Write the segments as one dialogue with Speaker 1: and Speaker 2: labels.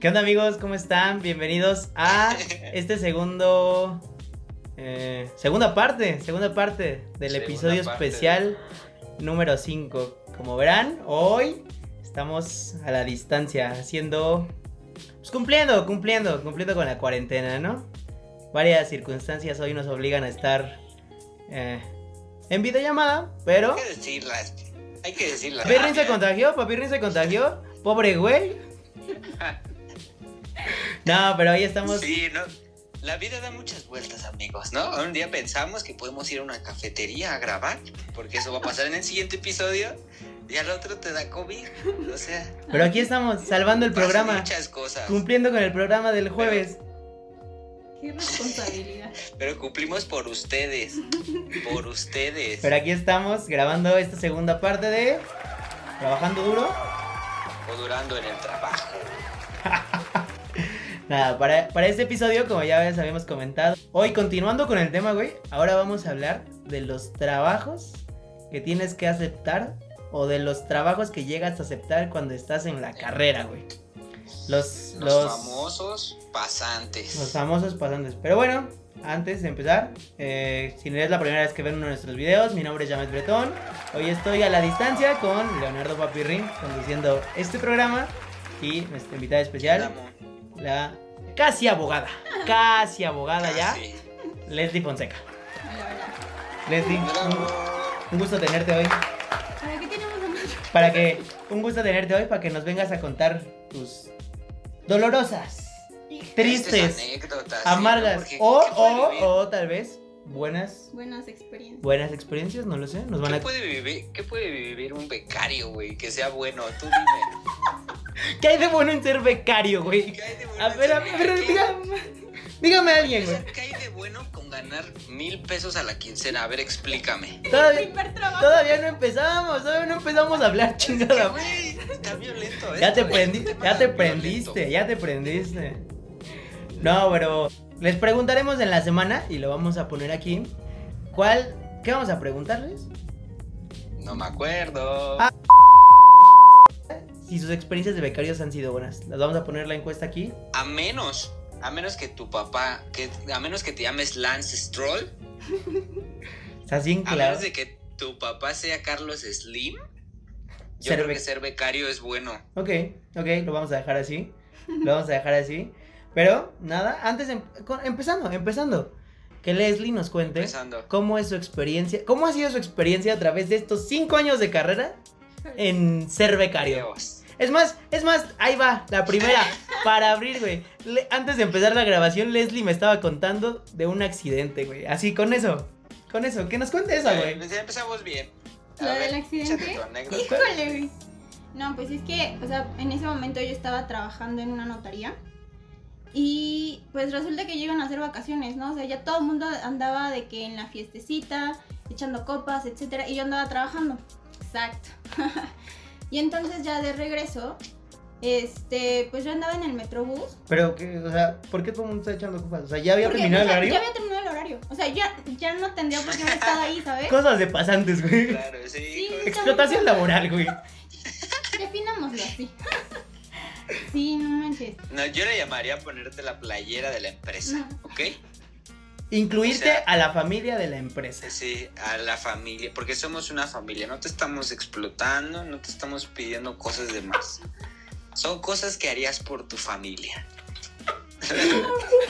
Speaker 1: ¿Qué onda amigos? ¿Cómo están? Bienvenidos a este segundo... eh, segunda parte, segunda parte del
Speaker 2: Segunda
Speaker 1: episodio
Speaker 2: parte.
Speaker 1: especial número 5. Como verán, hoy estamos a la distancia, haciendo... Pues cumpliendo, cumpliendo, cumpliendo con la cuarentena, ¿no? Varias circunstancias hoy nos obligan a estar eh, en videollamada, pero...
Speaker 3: Hay que decirlas. Hay que Ah, decirlas.
Speaker 1: Pirrin se contagió, Papirrin se contagió. Pobre güey. No, pero ahí estamos.
Speaker 3: Sí, ¿no? La vida da muchas vueltas, amigos, ¿no? Un día pensamos que podemos ir a una cafetería a grabar, porque eso va a pasar en el siguiente episodio, y al otro te da COVID. O sea,
Speaker 1: Pero aquí estamos, salvando el
Speaker 3: pasan
Speaker 1: programa.
Speaker 3: muchas cosas.
Speaker 1: Cumpliendo con el programa del jueves.
Speaker 4: Qué responsabilidad.
Speaker 3: Pero cumplimos por ustedes. Por ustedes.
Speaker 1: Pero aquí estamos grabando esta segunda parte de Trabajando Duro.
Speaker 3: O durando en el trabajo.
Speaker 1: Nada, para, para este episodio, como ya les habíamos comentado, hoy continuando con el tema, güey, ahora vamos a hablar de los trabajos que tienes que aceptar o de los trabajos que llegas a aceptar cuando estás en la carrera, güey. Los,
Speaker 3: Los,
Speaker 1: los,
Speaker 3: famosos pasantes.
Speaker 1: Los famosos pasantes. Pero bueno, antes de empezar, eh, si no es la primera vez que ven uno de nuestros videos, mi nombre es James Bretón. Hoy estoy a la distancia con Leonardo Papirrín conduciendo este programa y nuestra invitada especial,
Speaker 3: Damo.
Speaker 1: la casi abogada, casi abogada ya,
Speaker 3: Casi.
Speaker 1: Leslie Fonseca.
Speaker 4: Hola, hola.
Speaker 1: Leslie,
Speaker 3: Damo.
Speaker 1: un, un gusto tenerte hoy.
Speaker 4: ¿Para qué tenemos un
Speaker 1: Para que, un gusto tenerte hoy para que nos vengas a contar tus dolorosas, tristes,
Speaker 3: Tristes anécdotas, sí, ¿no?
Speaker 1: amargas
Speaker 3: Porque,
Speaker 1: o,
Speaker 3: ¿qué puede vivir?
Speaker 1: o, o tal vez buenas
Speaker 4: Buenas experiencias.
Speaker 1: buenas experiencias, no lo sé, nos van
Speaker 3: ¿Qué
Speaker 1: a
Speaker 3: puede, vivir, ¿Qué puede vivir un becario, güey? Que sea bueno, tú dime.
Speaker 1: ¿Qué hay de bueno en ser becario, güey?
Speaker 3: ¿Qué hay de bueno
Speaker 1: A
Speaker 3: en
Speaker 1: ver,
Speaker 3: ser
Speaker 1: a ver,
Speaker 3: becario?
Speaker 1: dígame, dígame a alguien,
Speaker 3: O
Speaker 1: güey.
Speaker 3: sea, ¿Qué hay de bueno con ganar mil pesos a la quincena? A ver, explícame.
Speaker 1: Todavía,
Speaker 4: Primer trabajo.
Speaker 1: todavía no empezamos, todavía no empezamos a hablar, chingada.
Speaker 3: Güey, está violento.
Speaker 1: Ya
Speaker 3: esto,
Speaker 1: te
Speaker 3: es
Speaker 1: prendi-
Speaker 3: un tema
Speaker 1: ya te
Speaker 3: violento.
Speaker 1: prendiste, ya te prendiste. No, pero les preguntaremos en la semana y lo vamos a poner aquí. ¿Cuál? ¿Qué vamos a preguntarles?
Speaker 3: No me acuerdo.
Speaker 1: Ah. Si sus experiencias de becarios han sido buenas. Las vamos a poner la encuesta aquí.
Speaker 3: A menos, a menos que tu papá, que, a menos que te llames Lance Stroll,
Speaker 1: Estás bien
Speaker 3: a
Speaker 1: claro.
Speaker 3: menos de que tu papá sea Carlos Slim, yo
Speaker 1: Ser
Speaker 3: creo
Speaker 1: bec-
Speaker 3: que ser becario es bueno.
Speaker 1: Ok, ok, lo vamos a dejar así. Lo vamos a dejar así. Pero, nada, antes, em- con- empezando, empezando. Que Leslie nos cuente
Speaker 3: Pensando.
Speaker 1: cómo es su experiencia, cómo ha sido su experiencia a través de estos cinco años de carrera en ser becario.
Speaker 3: Dios.
Speaker 1: Es más, es más, ahí va, la primera, para abrir, güey. Le- antes de empezar la grabación, Leslie me estaba contando de un accidente, güey. Así, con eso, con eso, que nos cuente eso, güey.
Speaker 3: Eh, Ya empezamos bien. A
Speaker 4: Lo del
Speaker 3: ver, échate
Speaker 4: accidente.
Speaker 3: tu anécdota.
Speaker 4: Híjole, güey. No, pues es que, o sea, en ese momento yo estaba trabajando en una notaría. Y pues resulta que llegan a hacer vacaciones, ¿no? O sea, ya todo el mundo andaba de que en la fiestecita, echando copas, etcétera, y yo andaba trabajando. Exacto. y entonces ya de regreso, este, pues yo andaba en el metrobús
Speaker 1: Pero, que, o sea, ¿por qué todo el mundo está echando copas? O sea, ¿ya había
Speaker 4: Porque, o
Speaker 1: terminado el
Speaker 4: sea,
Speaker 1: horario?
Speaker 4: Ya había terminado el horario. O sea, ya, ya no tendría por qué haber estado ahí, ¿sabes?
Speaker 1: Cosas de pasantes, güey.
Speaker 3: Claro, sí.
Speaker 4: Sí,
Speaker 3: con-
Speaker 1: Explotación laboral, güey.
Speaker 4: Definámoslo así. sí, no manches.
Speaker 3: No, yo le llamaría ponerte la playera de la empresa, ¿ok?
Speaker 1: Incluirte
Speaker 3: O sea-
Speaker 1: a la familia de la empresa.
Speaker 3: Sí, a la familia, porque somos una familia, no te estamos explotando, no te estamos pidiendo cosas de más. Son cosas que harías por tu familia.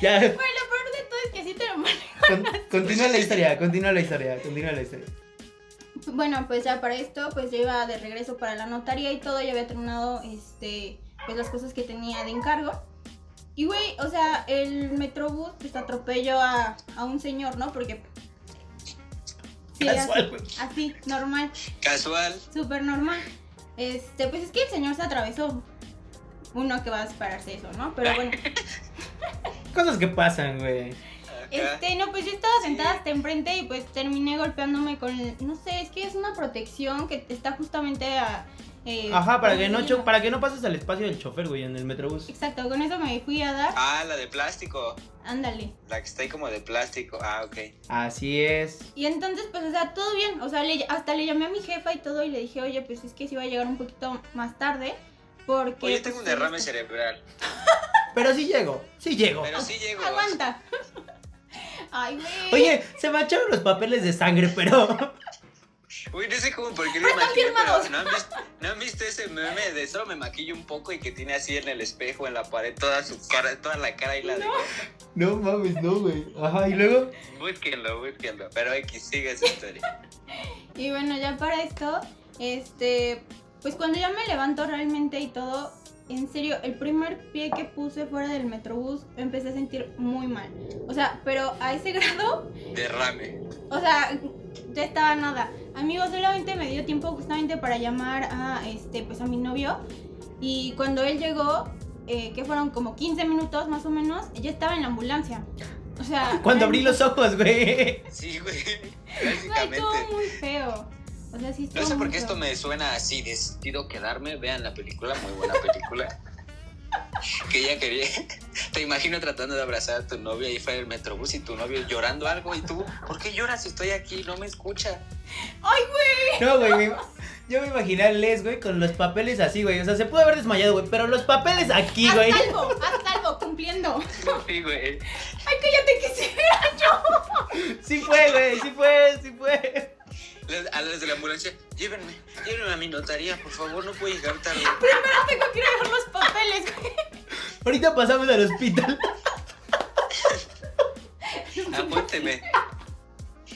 Speaker 1: Ya,
Speaker 4: Pero lo peor de todo es que sí te lo mal-
Speaker 1: con- continúa la historia, continúa la historia, continúa la historia.
Speaker 4: Bueno, pues ya para esto, pues yo iba de regreso para la notaría y todo, ya había terminado, este, pues las cosas que tenía de encargo. Y güey, o sea, el metrobús pues atropelló a, a un señor, ¿no? Porque... Sí, así-
Speaker 1: Casual, güey.
Speaker 4: así, normal.
Speaker 3: Casual,
Speaker 4: súper normal. Este, pues es que el señor se atravesó. Uno que va a esperarse eso, ¿no? Pero bueno.
Speaker 1: Cosas que pasan, güey.
Speaker 3: acá,
Speaker 4: Este, no, pues yo estaba sentada hasta enfrente y pues terminé golpeándome con, no sé, es que es una protección que está justamente a... eh,
Speaker 1: Ajá, para que no
Speaker 4: construida.
Speaker 1: cho- para que no pases al espacio del chofer, güey, en el metrobús.
Speaker 4: Exacto, con eso me fui a dar.
Speaker 3: Ah, la de plástico,
Speaker 4: Ándale.
Speaker 3: la que está ahí como de plástico, ah, ok.
Speaker 1: Así es.
Speaker 4: Y entonces, pues, o sea, todo bien. O sea, le- hasta le llamé a mi jefa y todo y le dije, oye, pues es que si va a llegar un poquito más tarde. Porque.
Speaker 3: Oye, tengo un
Speaker 4: pues,
Speaker 3: derrame
Speaker 4: está-
Speaker 3: cerebral,
Speaker 1: Pero sí llego, sí llego.
Speaker 3: pero sí llego.
Speaker 4: Aguanta. Ay, güey.
Speaker 1: Oye, se mancharon los papeles de sangre, pero.
Speaker 3: Uy, no sé cómo, porque
Speaker 4: Pero
Speaker 3: lo
Speaker 4: están
Speaker 3: maquillo,
Speaker 4: firmados.
Speaker 3: pero ¿no han, visto, ¿no han visto ese meme de solo me maquillo un poco y que tiene así en el espejo, en la pared, toda su cara, toda la cara y la de...
Speaker 1: No mames, no, güey. Ajá, y luego.
Speaker 3: Búsquenlo, búsquenlo, pero X, sigue esa historia.
Speaker 4: Y bueno, ya para esto, este, pues cuando ya me levanto realmente y todo, en serio, el primer pie que puse fuera del metrobús me empecé a sentir muy mal. O sea, pero a ese grado,
Speaker 3: Derrame.
Speaker 4: o sea, ya estaba nada. Amigos, solamente me dio tiempo justamente para llamar a este, pues a mi novio. Y cuando él llegó, eh, que fueron como 15 minutos más o menos, ya estaba en la ambulancia. O sea,
Speaker 1: Cuando abrí los ojos, güey.
Speaker 3: Sí, güey,
Speaker 4: Ay,
Speaker 3: básicamente.
Speaker 4: estuvo muy feo. O sea, sí
Speaker 3: No sé
Speaker 4: estuvo
Speaker 3: por
Speaker 4: muy
Speaker 3: qué esto
Speaker 4: feo.
Speaker 3: me suena así, decidido quedarme, vean la película, muy buena película. que ya quería, te imagino tratando de abrazar a tu novia y fue el metrobús y tu novio llorando algo y tú, ¿por qué lloras si estoy aquí? No me escucha.
Speaker 1: No, güey. me- Yo me imaginé a Les, güey, con los papeles así, güey. O sea, se pudo haber desmayado, güey, pero los papeles aquí,
Speaker 4: Haz
Speaker 1: güey.
Speaker 4: algo, haz algo, cumpliendo.
Speaker 3: Sí, güey.
Speaker 4: Ay, que ya te quise.
Speaker 1: Sí fue, güey, sí fue, sí fue.
Speaker 3: Los- A los de la ambulancia, llévenme, llévenme a mi notaría, por favor, no puedo llegar tarde.
Speaker 4: Primero tengo que ir a ver los papeles, güey.
Speaker 1: Ahorita pasamos al hospital.
Speaker 3: Apúnteme.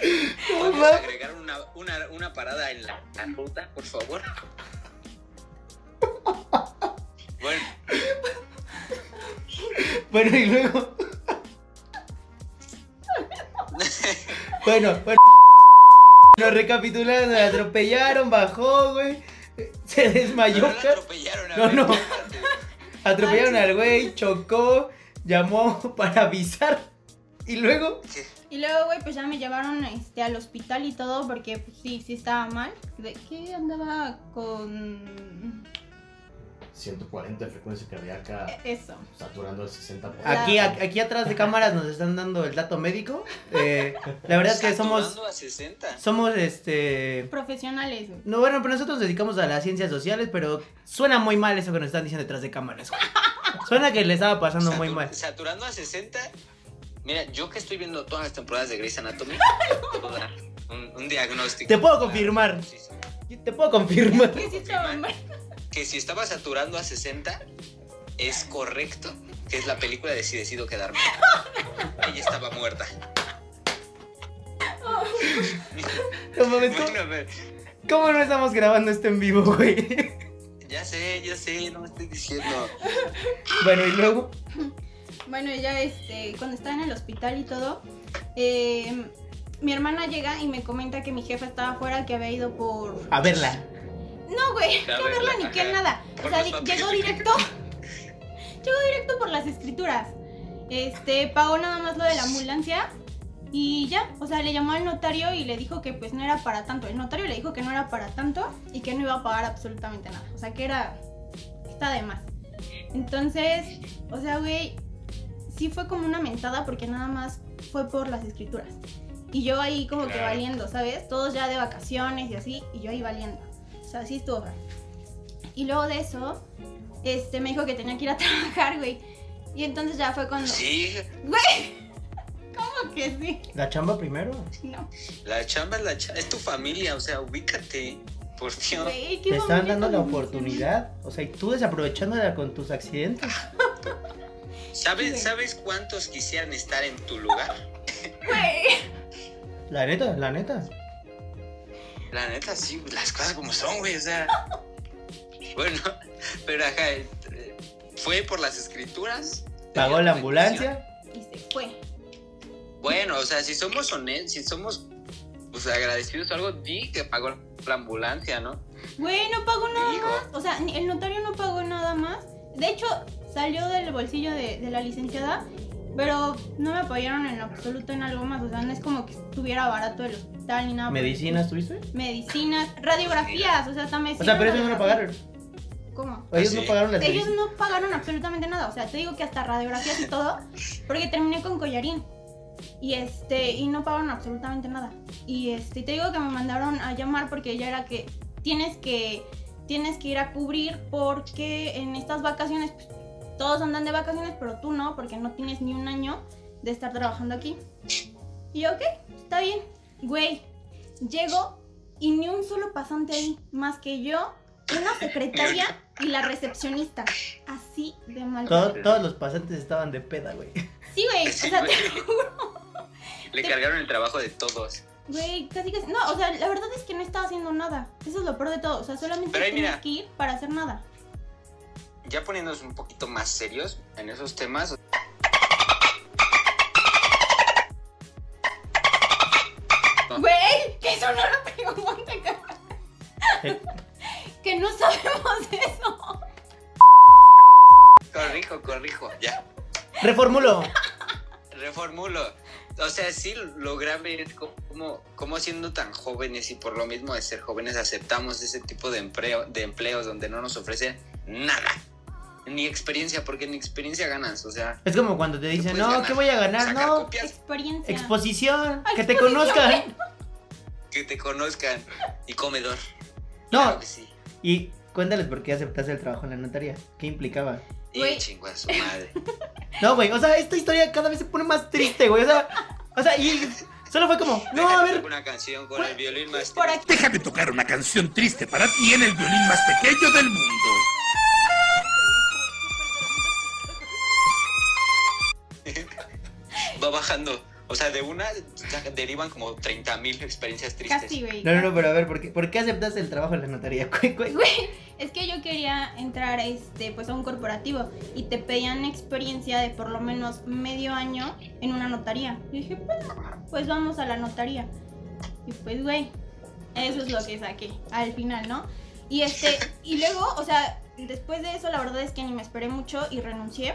Speaker 1: No,
Speaker 3: ¿Podemos
Speaker 1: mames.
Speaker 3: agregar una, una, una parada en la, la ruta, por favor? Bueno,
Speaker 1: Bueno, y luego. Bueno, bueno. Nos recapitulando, la atropellaron, bajó, güey. Se
Speaker 3: pero
Speaker 1: desmayó.
Speaker 3: no la atropellaron a
Speaker 1: No,
Speaker 3: ver,
Speaker 1: no.
Speaker 3: espérate.
Speaker 1: Atropellaron
Speaker 4: Ay, sí.
Speaker 1: al güey, chocó, llamó para avisar. Y luego.
Speaker 3: ¿Qué?
Speaker 4: Y luego, güey, pues ya me llevaron este, al hospital y todo porque pues, sí, sí estaba mal. ¿De qué andaba con
Speaker 2: 140 de frecuencia cardíaca,
Speaker 4: eso?
Speaker 2: saturando al 60%.
Speaker 4: Ah.
Speaker 1: Aquí, a- aquí atrás de cámaras nos están dando el dato médico. Eh, la verdad es que somos.
Speaker 3: Saturando a 60.
Speaker 1: Somos este.
Speaker 4: Profesionales. güey.
Speaker 1: No, bueno, pero nosotros nos dedicamos a las ciencias sociales, pero suena muy mal eso que nos están diciendo detrás de cámaras. güey. Suena que le estaba pasando muy
Speaker 3: Satur-
Speaker 1: mal.
Speaker 3: Saturando a 60. Mira, yo que estoy viendo todas las temporadas de Grey's Anatomy, te puedo dar un, un diagnóstico.
Speaker 1: Te puedo
Speaker 3: Claro,
Speaker 1: confirmar.
Speaker 3: sí, sí.
Speaker 1: Te puedo confirmar.
Speaker 4: ¿Qué sí estaba mal?
Speaker 3: que si estaba saturando a 60, es correcto, que es la película de Si Decido Quedarme. Ella estaba muerta.
Speaker 1: No mames, ¿cómo,
Speaker 3: Bueno, a ver,
Speaker 1: cómo no estamos grabando esto en vivo, güey?
Speaker 3: ya sé, ya sé, no me estoy diciendo.
Speaker 1: Bueno, y luego.
Speaker 4: Bueno, ya este, cuando estaba en el hospital y todo, eh, mi hermana llega y me comenta que mi jefa estaba afuera, que había ido por...
Speaker 1: A verla.
Speaker 4: No, güey,
Speaker 3: A
Speaker 4: no verla ni
Speaker 3: verla,
Speaker 4: que
Speaker 3: ajá.
Speaker 4: nada. O
Speaker 3: Por
Speaker 4: sea,
Speaker 3: los
Speaker 4: di-
Speaker 3: papeles.
Speaker 4: llegó directo. llegó directo por las escrituras. Este, pagó nada más lo de la ambulancia. Y ya, o sea, le llamó al notario y le dijo que pues no era para tanto. El notario le dijo que no era para tanto y que no iba a pagar absolutamente nada. O sea, que era. Está de más. Entonces, o sea, güey, sí fue como una mentada porque nada más fue por las escrituras. Y yo ahí como que
Speaker 3: Claro.
Speaker 4: valiendo, ¿sabes? Todos ya de vacaciones y así, y yo ahí valiendo. O sea, así estuvo. feo. Y luego de eso, este, me dijo que tenía que ir a trabajar, güey. Y entonces ya fue cuando...
Speaker 3: Sí,
Speaker 4: ¿Cómo que sí?
Speaker 1: La chamba primero.
Speaker 4: No.
Speaker 3: la chamba es la chamba, es tu familia, o sea, ubícate, por Dios.
Speaker 4: Güey, qué
Speaker 1: Te están
Speaker 4: familia
Speaker 1: dando la
Speaker 4: tan
Speaker 1: oportunidad. O sea, y tú desaprovechándola con tus accidentes.
Speaker 3: ¿Sabes, ¿Sabes cuántos quisieran estar en tu lugar?
Speaker 4: Güey.
Speaker 1: La neta, la neta.
Speaker 3: La neta, sí, las cosas como son, güey, o sea. Bueno, pero ajá, eh, fue por las escrituras.
Speaker 1: Pagó la ambulancia.
Speaker 4: Y se fue.
Speaker 3: Bueno, o sea, si somos honestos, si somos pues, agradecidos o algo, di que pagó la ambulancia, ¿no?
Speaker 4: Güey, no pagó nada
Speaker 3: Digo.
Speaker 4: más. O sea, ni- el notario no pagó nada más. De hecho, salió del bolsillo de, de la licenciada, pero no me apoyaron en absoluto en algo más. O sea, no es como que estuviera barato el hospital ni nada.
Speaker 1: ¿Medicinas tuviste?
Speaker 4: Medicinas, radiografías, o sea, hasta me
Speaker 1: O sea, pero ellos no lo
Speaker 4: radiografías.
Speaker 1: pagaron.
Speaker 4: ¿Cómo?
Speaker 1: O Ellos
Speaker 3: Ah,
Speaker 1: no
Speaker 3: sí.
Speaker 1: pagaron las
Speaker 4: Ellos
Speaker 1: medicinas.
Speaker 4: no pagaron absolutamente nada, o sea, te digo que hasta radiografías y todo, porque terminé con collarín. Y este, y no pagaron absolutamente nada. Y este, te digo que me mandaron a llamar porque ya era que tienes que tienes que ir a cubrir porque en estas vacaciones, pues, todos andan de vacaciones, pero tú no, porque no tienes ni un año de estar trabajando aquí. Y yo, ok, está bien. Güey, llego y ni un solo pasante ahí, más que yo, una secretaria y la recepcionista. Así de mal.
Speaker 1: Todo- todos los pasantes estaban de peda, güey.
Speaker 4: Sí, güey, o
Speaker 3: Sí,
Speaker 4: sea,
Speaker 3: güey.
Speaker 4: te lo juro.
Speaker 3: Le cargaron el trabajo de todos.
Speaker 4: Güey, casi casi. No, o sea, la verdad es que no estaba haciendo nada. Eso es lo peor de todo. O sea, solamente
Speaker 3: Pero ahí
Speaker 4: tienes
Speaker 3: mira.
Speaker 4: que ir para hacer nada.
Speaker 3: Ya poniéndonos un poquito más serios en esos temas. No.
Speaker 4: Güey, que eso no lo tengo monte ca-
Speaker 1: Eh,
Speaker 4: Que no sabemos eso.
Speaker 3: Corrijo, corrijo, ya.
Speaker 1: Reformulo.
Speaker 3: Reformulo. O sea, sí, lo grave es cómo, cómo siendo tan jóvenes y por lo mismo de ser jóvenes aceptamos ese tipo de, empleo, de empleos donde no nos ofrecen nada. Ni experiencia, porque ni experiencia ganas. O sea,
Speaker 1: Es como cuando te dicen,
Speaker 3: puedes
Speaker 1: no,
Speaker 3: ganar,
Speaker 1: ¿qué voy a ganar?
Speaker 3: sacar
Speaker 1: No,
Speaker 3: copias,
Speaker 4: Experiencia.
Speaker 1: exposición,
Speaker 4: Ay,
Speaker 1: que te
Speaker 4: exposición,
Speaker 1: conozcan.
Speaker 3: que te conozcan. Y comedor.
Speaker 1: No,
Speaker 3: Claro que sí.
Speaker 1: y cuéntales por qué aceptaste el trabajo en la notaría. ¿Qué implicaba?
Speaker 3: Y
Speaker 4: Güey.
Speaker 3: chingo a su madre.
Speaker 1: No, güey, o sea, esta historia cada vez se pone más triste, güey. O sea, o sea, y solo fue como, no, a
Speaker 3: Déjate,
Speaker 1: ver,
Speaker 3: pongo Una canción con el violín más.
Speaker 4: Por aquí.
Speaker 5: Déjame tocar una canción triste para ti en el violín más pequeño del mundo.
Speaker 3: Va bajando. O sea, de una ya derivan como 30.000 experiencias tristes.
Speaker 4: Casi, güey.
Speaker 1: No, no, no, pero a ver, ¿por qué, por qué aceptaste el trabajo en la notaría? Cu- cu-
Speaker 4: Güey, es que yo quería entrar este, pues a un corporativo y te pedían experiencia de por lo menos medio año en una notaría. Y dije, pues, pues vamos a la notaría. Y pues, güey, eso es lo que saqué al final, ¿no? Y este, y luego, o sea, después de eso, la verdad es que ni me esperé mucho y renuncié.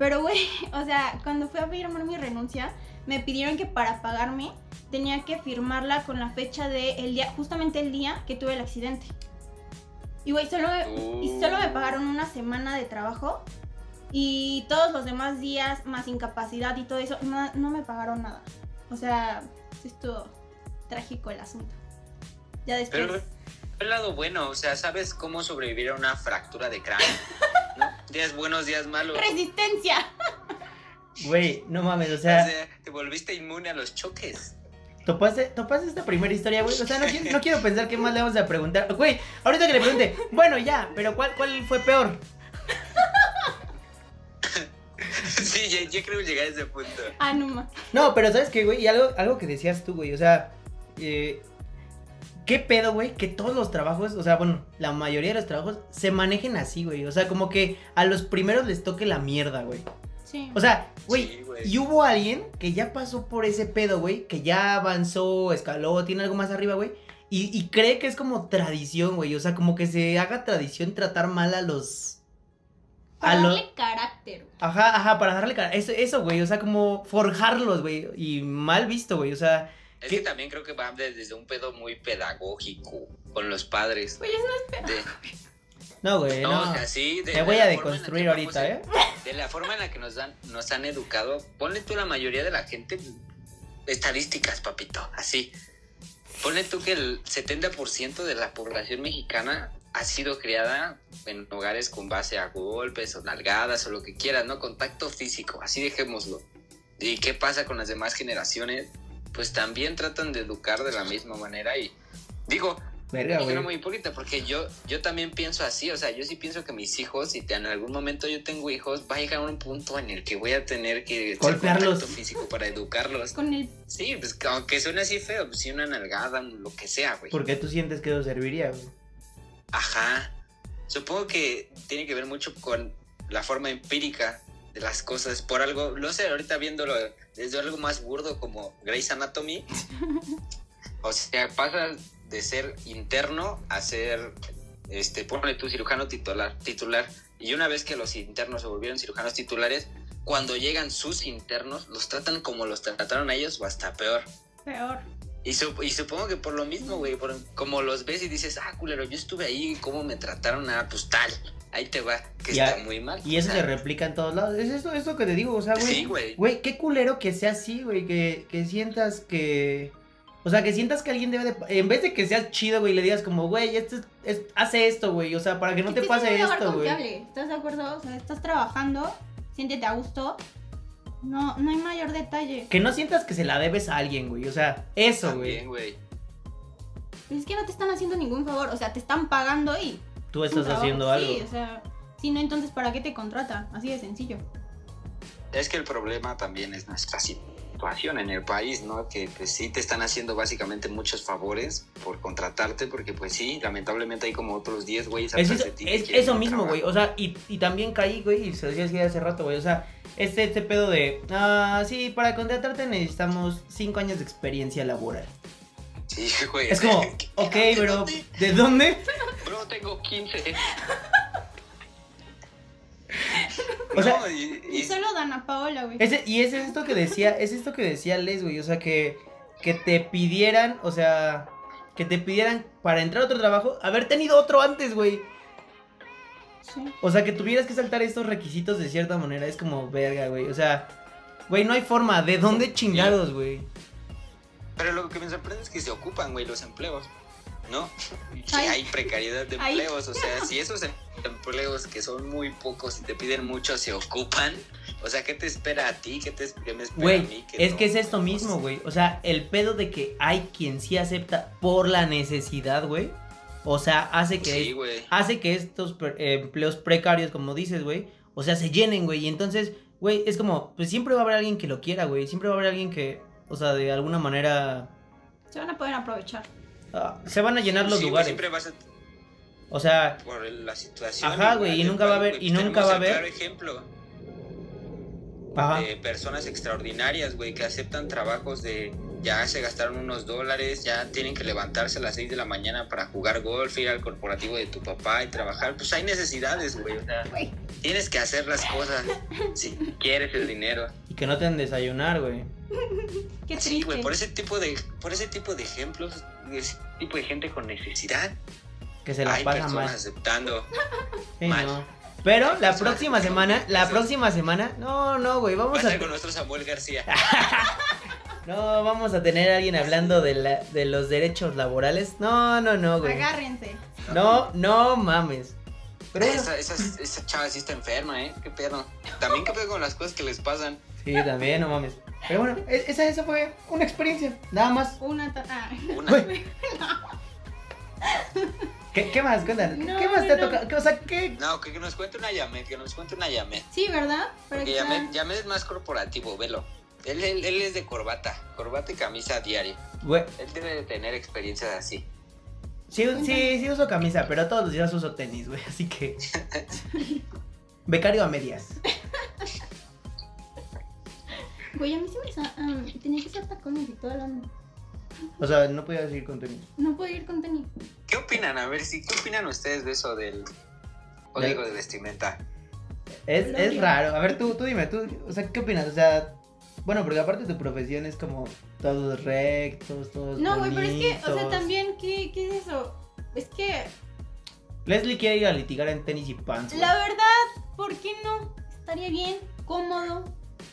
Speaker 4: Pero, güey, o sea, cuando fui a firmar mi renuncia, me pidieron que para pagarme tenía que firmarla con la fecha de el día, justamente el día que tuve el accidente. Y, güey, solo me, y solo me pagaron una semana de trabajo y todos los demás días, más incapacidad y todo eso, no, no me pagaron nada. O sea, sí estuvo trágico el asunto. Ya después.
Speaker 3: Pero el lado bueno, o sea, sabes cómo sobrevivir a una fractura de cráneo. ¿no? Días buenos, días malos.
Speaker 4: ¡Resistencia!
Speaker 1: Güey, no mames, o
Speaker 3: O
Speaker 1: sea,
Speaker 3: sea, te volviste inmune a los choques.
Speaker 1: topaste, topaste esta primera historia, güey. O sea, no, quiero- no quiero pensar qué más le vamos a preguntar. Güey, ahorita que le pregunte, bueno, ya, pero ¿cuál, cuál fue peor?
Speaker 3: sí, yo, yo creo llegar a ese punto.
Speaker 4: Ah, no ma.
Speaker 1: No, pero ¿sabes qué, güey? Y algo, algo que decías tú, güey, o sea, eh, ¿qué pedo, güey? Que todos los trabajos, o sea, bueno, la mayoría de los trabajos se manejen así, güey. O sea, como que a los primeros les toque la mierda, güey.
Speaker 4: Sí.
Speaker 1: O sea, güey,
Speaker 3: Sí, güey.
Speaker 1: y hubo alguien que ya pasó por ese pedo, güey, que ya avanzó, escaló, tiene algo más arriba, güey, y, y cree que es como tradición, güey, o sea, como que se haga tradición tratar mal a los... A
Speaker 4: Para
Speaker 1: los...
Speaker 4: darle carácter. güey.
Speaker 1: Ajá, ajá, para darle cara. Eso, eso, güey, o sea, como forjarlos, güey, y mal visto, güey, o sea...
Speaker 3: Es
Speaker 1: ¿Qué?
Speaker 3: que también creo que va de- desde un pedo muy pedagógico con los padres.
Speaker 4: Güey, eso
Speaker 3: De-
Speaker 1: No, güey,
Speaker 3: no,
Speaker 1: no.
Speaker 3: o sea, sí,
Speaker 1: Me
Speaker 3: de- de
Speaker 1: voy a
Speaker 3: la forma en la que
Speaker 1: deconstruir
Speaker 3: vamos
Speaker 1: ahorita,
Speaker 3: en-
Speaker 1: ¿eh?
Speaker 3: De la forma en la que nos dan, nos han educado, ponle tú la mayoría de la gente estadísticas, papito, así. Ponle tú que el 70% de la población mexicana ha sido criada en hogares con base a golpes o nalgadas o lo que quieras, ¿no? Contacto físico, así dejémoslo. ¿Y qué pasa con las demás generaciones? Pues también tratan de educar de la misma manera y digo,
Speaker 1: Verga,
Speaker 3: yo
Speaker 1: güey.
Speaker 3: no muy hipócrita porque yo, yo también pienso así, o sea, yo sí pienso que mis hijos, si te- en algún momento yo tengo hijos, va a llegar un punto en el que voy a tener que hacer
Speaker 1: Golpearlos.
Speaker 3: contacto físico para educarlos.
Speaker 4: Con el.
Speaker 3: Sí, pues aunque suene así feo, pues sí una nalgada, lo que sea, güey.
Speaker 1: Porque tú sientes que eso serviría, güey.
Speaker 3: Ajá. Supongo que tiene que ver mucho con la forma empírica de las cosas, por algo, no sé, ahorita viéndolo desde algo más burdo como Grey's Anatomy, o sea, pasas de ser interno a ser, este, ponle tu cirujano titular, titular, y una vez que los internos se volvieron cirujanos titulares, cuando llegan sus internos, los tratan como los trataron a ellos o hasta peor.
Speaker 4: Peor.
Speaker 3: Y, sup- y supongo que por lo mismo, güey, por- como los ves y dices, ah, culero, yo estuve ahí, ¿cómo me trataron? Ah, pues tal, ahí te va, que
Speaker 1: Ya,
Speaker 3: está muy mal.
Speaker 1: Y
Speaker 3: o
Speaker 1: eso
Speaker 3: sea,
Speaker 1: se replica en todos lados. Es esto, esto que te digo, o sea, güey.
Speaker 3: Sí, güey.
Speaker 1: Güey, qué culero que sea así, güey, que, que sientas que... O sea, que sientas que alguien debe de... En vez de que seas chido, güey, le digas como, güey, este es- es- hace esto, güey. O sea, para que no
Speaker 4: Es
Speaker 1: te
Speaker 4: que
Speaker 1: pase
Speaker 4: estás en un lugar
Speaker 1: esto, güey.
Speaker 4: confiable, ¿Estás de acuerdo? O sea, estás trabajando, siéntete a gusto. No, no hay mayor detalle.
Speaker 1: Que no sientas que se la debes a alguien, güey. O sea, eso,
Speaker 3: También,
Speaker 1: güey.
Speaker 3: güey.
Speaker 4: Pues es que no te están haciendo ningún favor, o sea, te están pagando y
Speaker 1: Tú
Speaker 4: es tu
Speaker 1: pues, estás
Speaker 4: trabajo.
Speaker 1: haciendo algo.
Speaker 4: Sí, o sea, si no, entonces ¿para qué te contratan? Así de sencillo.
Speaker 3: Es que el problema también es nuestra situación en el país, ¿no? Que pues sí te están haciendo básicamente muchos favores por contratarte, porque pues sí, lamentablemente hay como otros 10 güeyes
Speaker 1: Es,
Speaker 3: atrás
Speaker 1: eso-
Speaker 3: de ti. que
Speaker 1: es-
Speaker 3: quieren
Speaker 1: eso
Speaker 3: el
Speaker 1: mismo,
Speaker 3: trabajo.
Speaker 1: güey. O sea, y, y también caí, güey, y se lo decía así hace rato, güey. O sea, este, este pedo de, ah, sí, para contratarte necesitamos cinco años de experiencia laboral.
Speaker 3: Sí, güey.
Speaker 1: Es como, ok,
Speaker 3: ¿De
Speaker 1: pero,
Speaker 3: dónde?
Speaker 1: ¿de dónde?
Speaker 3: Bro, tengo 15.
Speaker 1: O sea,
Speaker 3: No, y- y-
Speaker 4: Y solo Dana Paola, güey.
Speaker 1: Ese- y es esto que decía, es esto que decía Les, güey, o sea, que, que te pidieran, o sea, que te pidieran para entrar a otro trabajo, haber tenido otro antes, güey.
Speaker 4: Sí.
Speaker 1: O sea, que tuvieras que saltar estos requisitos de cierta manera, es como verga, güey. O sea, güey, no hay forma, ¿de dónde chingados, güey?
Speaker 3: Pero lo que me sorprende es que se ocupan, güey, los empleos, ¿no? Que
Speaker 4: Ay.
Speaker 3: hay precariedad de
Speaker 4: Ay.
Speaker 3: empleos, o sea, si esos em- empleos que son muy pocos y te piden mucho se ocupan, o sea, ¿qué te espera a ti? ¿Qué, te, es- qué me espera a
Speaker 1: Güey,
Speaker 3: mí?
Speaker 1: es
Speaker 3: no?
Speaker 1: que es esto mismo, güey. O sea, el pedo de que hay quien sí acepta por la necesidad, güey. O sea, hace que
Speaker 3: Sí, güey.
Speaker 1: hace que estos pre- eh, empleos precarios, como dices, güey, o sea, se llenen, güey. Y entonces, güey, es como, pues siempre va a haber alguien que lo quiera, güey. Siempre va a haber alguien que, o sea, de alguna manera
Speaker 4: Se van a poder aprovechar.
Speaker 1: ah, se van a llenar los
Speaker 3: Sí, güey,
Speaker 1: lugares.
Speaker 3: Siempre vas a,
Speaker 1: O sea,
Speaker 3: por la situación.
Speaker 1: Ajá, güey, y
Speaker 3: del
Speaker 1: nunca va a
Speaker 3: país,
Speaker 1: haber-
Speaker 3: güey,
Speaker 1: y
Speaker 3: pues
Speaker 1: nunca va a
Speaker 3: tenemos el
Speaker 1: haber-
Speaker 3: claro ejemplo.
Speaker 1: ajá.
Speaker 3: de personas extraordinarias, güey, que aceptan trabajos de ya se gastaron unos dólares, ya tienen que levantarse a las 6 de la mañana para jugar golf, ir al corporativo de tu papá y trabajar. Pues hay necesidades, güey. O sea,
Speaker 4: Güey.
Speaker 3: tienes que hacer las cosas si quieres el dinero.
Speaker 1: Y que no te den desayunar, güey.
Speaker 4: Qué
Speaker 3: Sí,
Speaker 4: triste.
Speaker 3: güey, por ese tipo de por ese tipo de ejemplos, de ese tipo de gente con necesidad,
Speaker 1: Que se la
Speaker 3: hay
Speaker 1: pasa
Speaker 3: personas
Speaker 1: mal.
Speaker 3: aceptando.
Speaker 1: Sí,
Speaker 3: mal.
Speaker 1: no. Pero la
Speaker 3: personas
Speaker 1: próxima
Speaker 3: que son
Speaker 1: semana, la
Speaker 3: felices.
Speaker 1: próxima semana, no, no, güey,
Speaker 3: Va a
Speaker 1: vamos a,
Speaker 3: estar con nuestro Samuel García.
Speaker 1: no, vamos a tener a alguien hablando de, la, de los derechos laborales. No, no, no, güey.
Speaker 4: Agárrense.
Speaker 1: No, no mames. Pero bueno,
Speaker 3: Esa, esa, esa chava sí está enferma, ¿eh? Qué pedo. También qué pedo con las cosas que les pasan.
Speaker 1: Sí, también, no mames. Pero bueno, e- esa, esa fue una experiencia, nada más.
Speaker 4: Una ta- ah,
Speaker 3: Una.
Speaker 1: Güey. ¿Qué, qué más? Cuéntanos.
Speaker 4: No,
Speaker 1: ¿Qué más
Speaker 4: no,
Speaker 1: te
Speaker 4: no.
Speaker 1: toca? ¿Qué- O sea, ¿qué?
Speaker 3: No, que, que nos cuente una Yamet, que nos cuente una Yamet.
Speaker 4: Sí, ¿verdad? Para
Speaker 3: Porque
Speaker 4: que
Speaker 3: Yamet,
Speaker 4: sean-
Speaker 3: Yamet es más corporativo, velo. Él, él, él es de corbata, corbata y camisa diaria.
Speaker 1: Güey,
Speaker 3: Él debe de tener experiencias así.
Speaker 1: sí, sí, sí uso camisa, pero todos los días uso tenis, güey, así que... Becario a medias.
Speaker 4: Güey, a mí se me sa- am, tenía que ser tacones y toda la onda.
Speaker 1: O sea, no podía seguir con tenis.
Speaker 4: No puedo ir con tenis.
Speaker 3: ¿Qué opinan? A ver, sí, ¿qué opinan ustedes de eso del código de vestimenta?
Speaker 1: Es,
Speaker 4: Lo
Speaker 1: es
Speaker 4: odio.
Speaker 1: raro. A ver, tú, tú dime, tú, o sea, ¿qué opinas? O sea, bueno, porque aparte tu profesión es como todos rectos, todos
Speaker 4: No, güey, pero es que, o sea,
Speaker 1: bonitos.
Speaker 4: también, ¿qué, qué es eso? Es que,
Speaker 1: Leslie quiere ir a litigar en tenis y pants, güey.
Speaker 4: la verdad, ¿por qué no? Estaría bien, cómodo,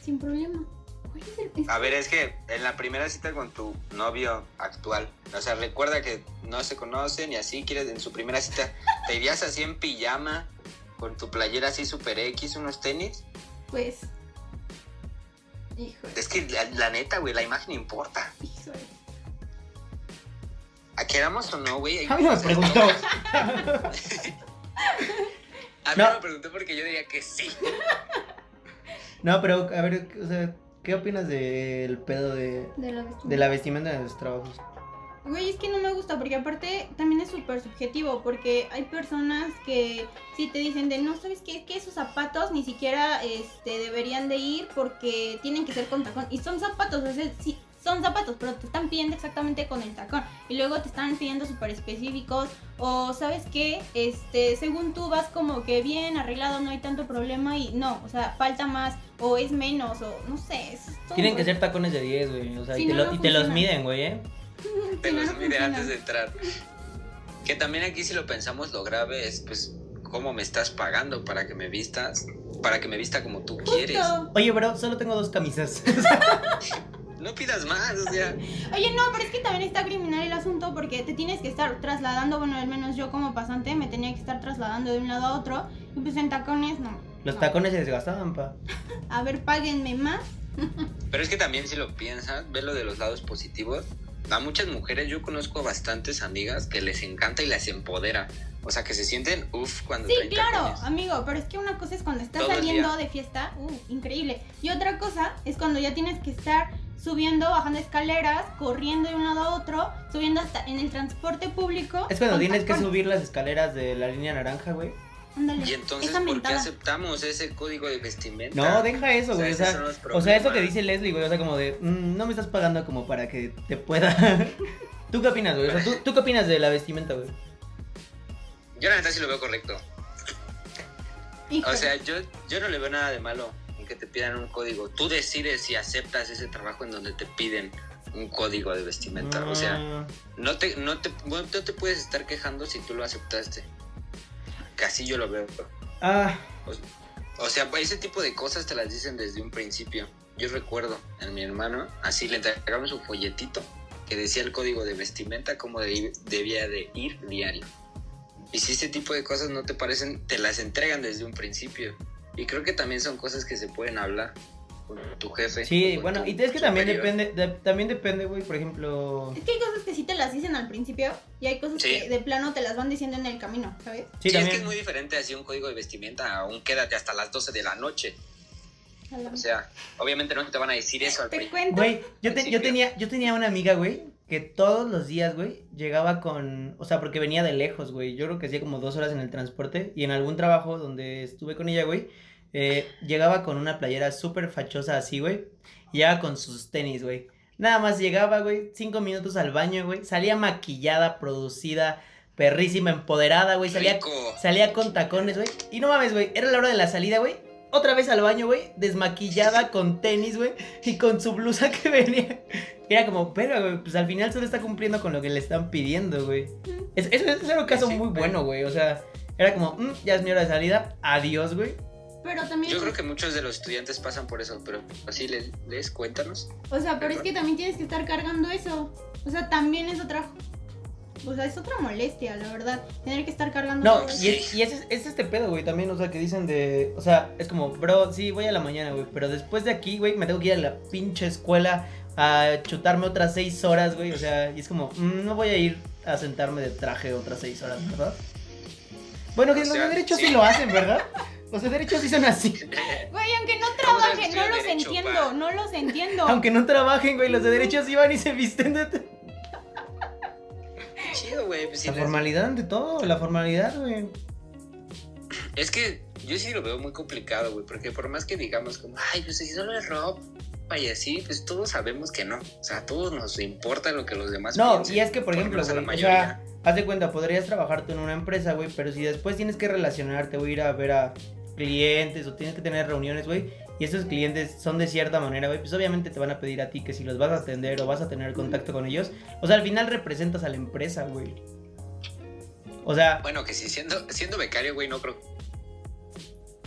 Speaker 4: sin problema. ¿Cuál es el es-
Speaker 3: A ver, es que en la primera cita con tu novio actual, o sea, recuerda que no se conocen y así quieres en su primera cita, ¿te irías así en pijama, con tu playera así super X, unos tenis?
Speaker 4: Pues. Híjole,
Speaker 3: Es que la, la neta, güey, la imagen importa.
Speaker 4: híjole.
Speaker 3: ¿A queramos o no, güey? hay
Speaker 1: A mí no me
Speaker 3: cosas-
Speaker 1: preguntó.
Speaker 3: A mí
Speaker 1: No.
Speaker 3: no. me preguntó porque yo diría que sí.
Speaker 1: No, pero a ver, o sea, ¿qué opinas del pedo de,
Speaker 4: De la vestimenta.
Speaker 1: de la vestimenta de los trabajos?
Speaker 4: Güey, es que no me gusta, porque aparte también es súper subjetivo, porque hay personas que sí te dicen de no, ¿sabes qué? Es que esos zapatos ni siquiera este, deberían de ir porque tienen que ser con tacón. Y son zapatos, o sea, sí, son zapatos, pero te están pidiendo exactamente con el tacón. Y luego te están pidiendo súper específicos, o ¿sabes qué? Este, según tú vas como que bien arreglado, no hay tanto problema y no, o sea, falta más, o es menos, o no sé. eso es todo,
Speaker 1: Tienen que
Speaker 4: güey.
Speaker 1: ser tacones de 10, güey. O sea,
Speaker 4: Sí,
Speaker 1: y, te,
Speaker 4: no,
Speaker 1: lo-
Speaker 4: no
Speaker 1: y te los
Speaker 4: funciona.
Speaker 1: miden, güey, ¿eh?
Speaker 3: Te
Speaker 4: Sí, no,
Speaker 3: los
Speaker 4: no
Speaker 3: mide
Speaker 4: funciona.
Speaker 3: antes de entrar. Que también aquí si lo pensamos, lo grave es, pues, cómo me estás pagando para que me vistas, para que me vista como tú quieres.
Speaker 4: Justo.
Speaker 1: Oye, bro, solo tengo dos camisas.
Speaker 3: No pidas más, o sea.
Speaker 4: Oye, no, pero es que también está criminal el asunto porque te tienes que estar trasladando, bueno, al menos yo como pasante me tenía que estar trasladando de un lado a otro y pues en tacones no.
Speaker 1: Los
Speaker 4: no.
Speaker 1: tacones se desgastaban, pa.
Speaker 4: A ver, páguenme más.
Speaker 3: Pero es que también si lo piensas, ve lo de los lados positivos. A muchas mujeres yo conozco bastantes amigas que les encanta y las empodera. O sea, que se sienten uff cuando
Speaker 4: Sí,
Speaker 3: traen
Speaker 4: claro,
Speaker 3: Pues tacones.
Speaker 4: amigo, pero es que una cosa es cuando estás
Speaker 3: Todo el
Speaker 4: saliendo
Speaker 3: día.
Speaker 4: de fiesta, uh, increíble. Y otra cosa es cuando ya tienes que estar subiendo, bajando escaleras, corriendo de un lado a otro, subiendo hasta en el transporte público.
Speaker 1: Es cuando
Speaker 4: con
Speaker 1: tienes que
Speaker 4: tacones.
Speaker 1: subir las escaleras de la línea naranja, güey.
Speaker 4: Ándale,
Speaker 3: Y entonces,
Speaker 4: esa
Speaker 3: ¿por qué
Speaker 4: mentada.
Speaker 3: aceptamos ese código de vestimenta?
Speaker 1: No, deja eso,
Speaker 3: O sea,
Speaker 1: güey. O
Speaker 3: esos
Speaker 1: sea,
Speaker 3: son los
Speaker 1: o sea, eso
Speaker 3: problemas.
Speaker 1: que dice Leslie, güey. O sea, como de, mm, no me estás pagando como para que te pueda. ¿Tú qué opinas, güey? O sea, ¿tú, tú qué opinas de la vestimenta, güey?
Speaker 3: Yo la neta sí lo veo correcto. O
Speaker 4: Híjole.
Speaker 3: sea, yo, yo no le veo nada de malo en que te pidan un código. Tú decides si aceptas ese trabajo en donde te piden un código de vestimenta. O sea,
Speaker 1: Ah,
Speaker 3: no te, no, te, no te puedes estar quejando si tú lo aceptaste. Casi yo lo veo.
Speaker 1: Ah,
Speaker 3: O sea, ese tipo de cosas te las dicen desde un principio. Yo recuerdo a mi hermano, así le entregaron su folletito que decía el código de vestimenta, cómo de- debía de ir diario. Y si este tipo de cosas no te parecen, te las entregan desde un principio. Y creo que también son cosas que se pueden hablar con tu jefe. o
Speaker 1: sí,
Speaker 3: con
Speaker 1: bueno,
Speaker 3: tu
Speaker 1: y es que también
Speaker 3: superior.
Speaker 1: depende, de- también depende, güey, por ejemplo.
Speaker 4: Es que hay cosas que sí te las dicen al principio y hay cosas
Speaker 3: Sí.
Speaker 4: que de plano te las van diciendo en el camino, ¿sabes?
Speaker 1: Sí,
Speaker 3: Sí, es que
Speaker 1: también.
Speaker 3: es muy diferente así un código de vestimenta a un quédate hasta las 12 de la noche. O sea, obviamente no te van a decir eso al
Speaker 1: Pues
Speaker 4: Te
Speaker 3: principio.
Speaker 4: cuento.
Speaker 1: Güey, yo, te- yo
Speaker 3: Principio.
Speaker 1: tenía, yo tenía una amiga, güey, que todos los días, güey, llegaba con. O sea, porque venía de lejos, güey. Yo creo que hacía como dos horas en el transporte. Y en algún trabajo donde estuve con ella, güey, eh, llegaba con una playera súper fachosa así, güey. y Llegaba con sus tenis, güey. Nada más llegaba, güey, cinco minutos al baño, güey. Salía maquillada, producida, perrísima, empoderada, güey. Salía
Speaker 3: Rico.
Speaker 1: Salía con tacones, güey. Y no mames, güey. Era la hora de la salida, güey. Otra vez al baño, güey. Desmaquillada con tenis, güey. Y con su blusa que venía. Era como, pero, güey, pues al final solo está cumpliendo con lo que le están pidiendo, güey. Es, eso es un caso
Speaker 3: Sí,
Speaker 1: muy
Speaker 3: pero-
Speaker 1: bueno, güey. O sea, era como, "Mm, ya es mi hora de salida. Adiós, güey.
Speaker 4: Pero también,
Speaker 3: Yo creo que muchos de los estudiantes pasan por eso, pero así les, les cuéntanos.
Speaker 4: o sea, pero es que también tienes que estar cargando eso. O sea, también es otra, o sea, es otra molestia, la verdad, tener que estar cargando.
Speaker 1: No,
Speaker 4: todo eso.
Speaker 1: y es, y es, es este pedo, güey, también, o sea, que dicen de... O sea, es como, bro, sí, voy a la mañana, güey, pero después de aquí, güey, me tengo que ir a la pinche escuela a chutarme otras seis horas, güey, o sea, y es como, mm, no voy a ir a sentarme de traje otras seis horas, ¿verdad? Bueno, que
Speaker 3: O
Speaker 1: los
Speaker 3: sea,
Speaker 1: de derechos sí.
Speaker 3: sí.
Speaker 1: lo hacen, ¿verdad? Los de derechos sí son así.
Speaker 4: Güey, aunque no
Speaker 3: Vamos a
Speaker 4: trabajen, no
Speaker 3: estudiar
Speaker 4: los
Speaker 3: derecho,
Speaker 4: entiendo,
Speaker 3: pa.
Speaker 4: no los entiendo.
Speaker 1: Aunque no trabajen, güey, los de derechos sí van y se visten de... tra-
Speaker 3: Chido, güey. pues, sí
Speaker 1: La
Speaker 3: les-
Speaker 1: formalidad de todo, la formalidad, güey.
Speaker 3: pues, Es que yo sí lo veo muy complicado, güey, porque por más que digamos como, ay, pues si solo es ropa y así, pues todos sabemos que no. O sea, a todos nos importa lo que los demás
Speaker 1: No,
Speaker 3: piensen,
Speaker 1: y es que, por
Speaker 3: lo
Speaker 1: ejemplo,
Speaker 3: menos a la
Speaker 1: güey, o
Speaker 3: mayoría.
Speaker 1: sea, haz de cuenta, podrías trabajar tú en una empresa, güey, pero si después tienes que relacionarte o ir a ver a clientes o tienes que tener reuniones, güey, y esos clientes son de cierta manera, güey, pues obviamente te van a pedir a ti que si los vas a atender o vas a tener contacto con ellos, o sea, al final representas a la empresa, güey. O sea,
Speaker 3: Bueno, que sí, siendo, siendo becario, güey, no creo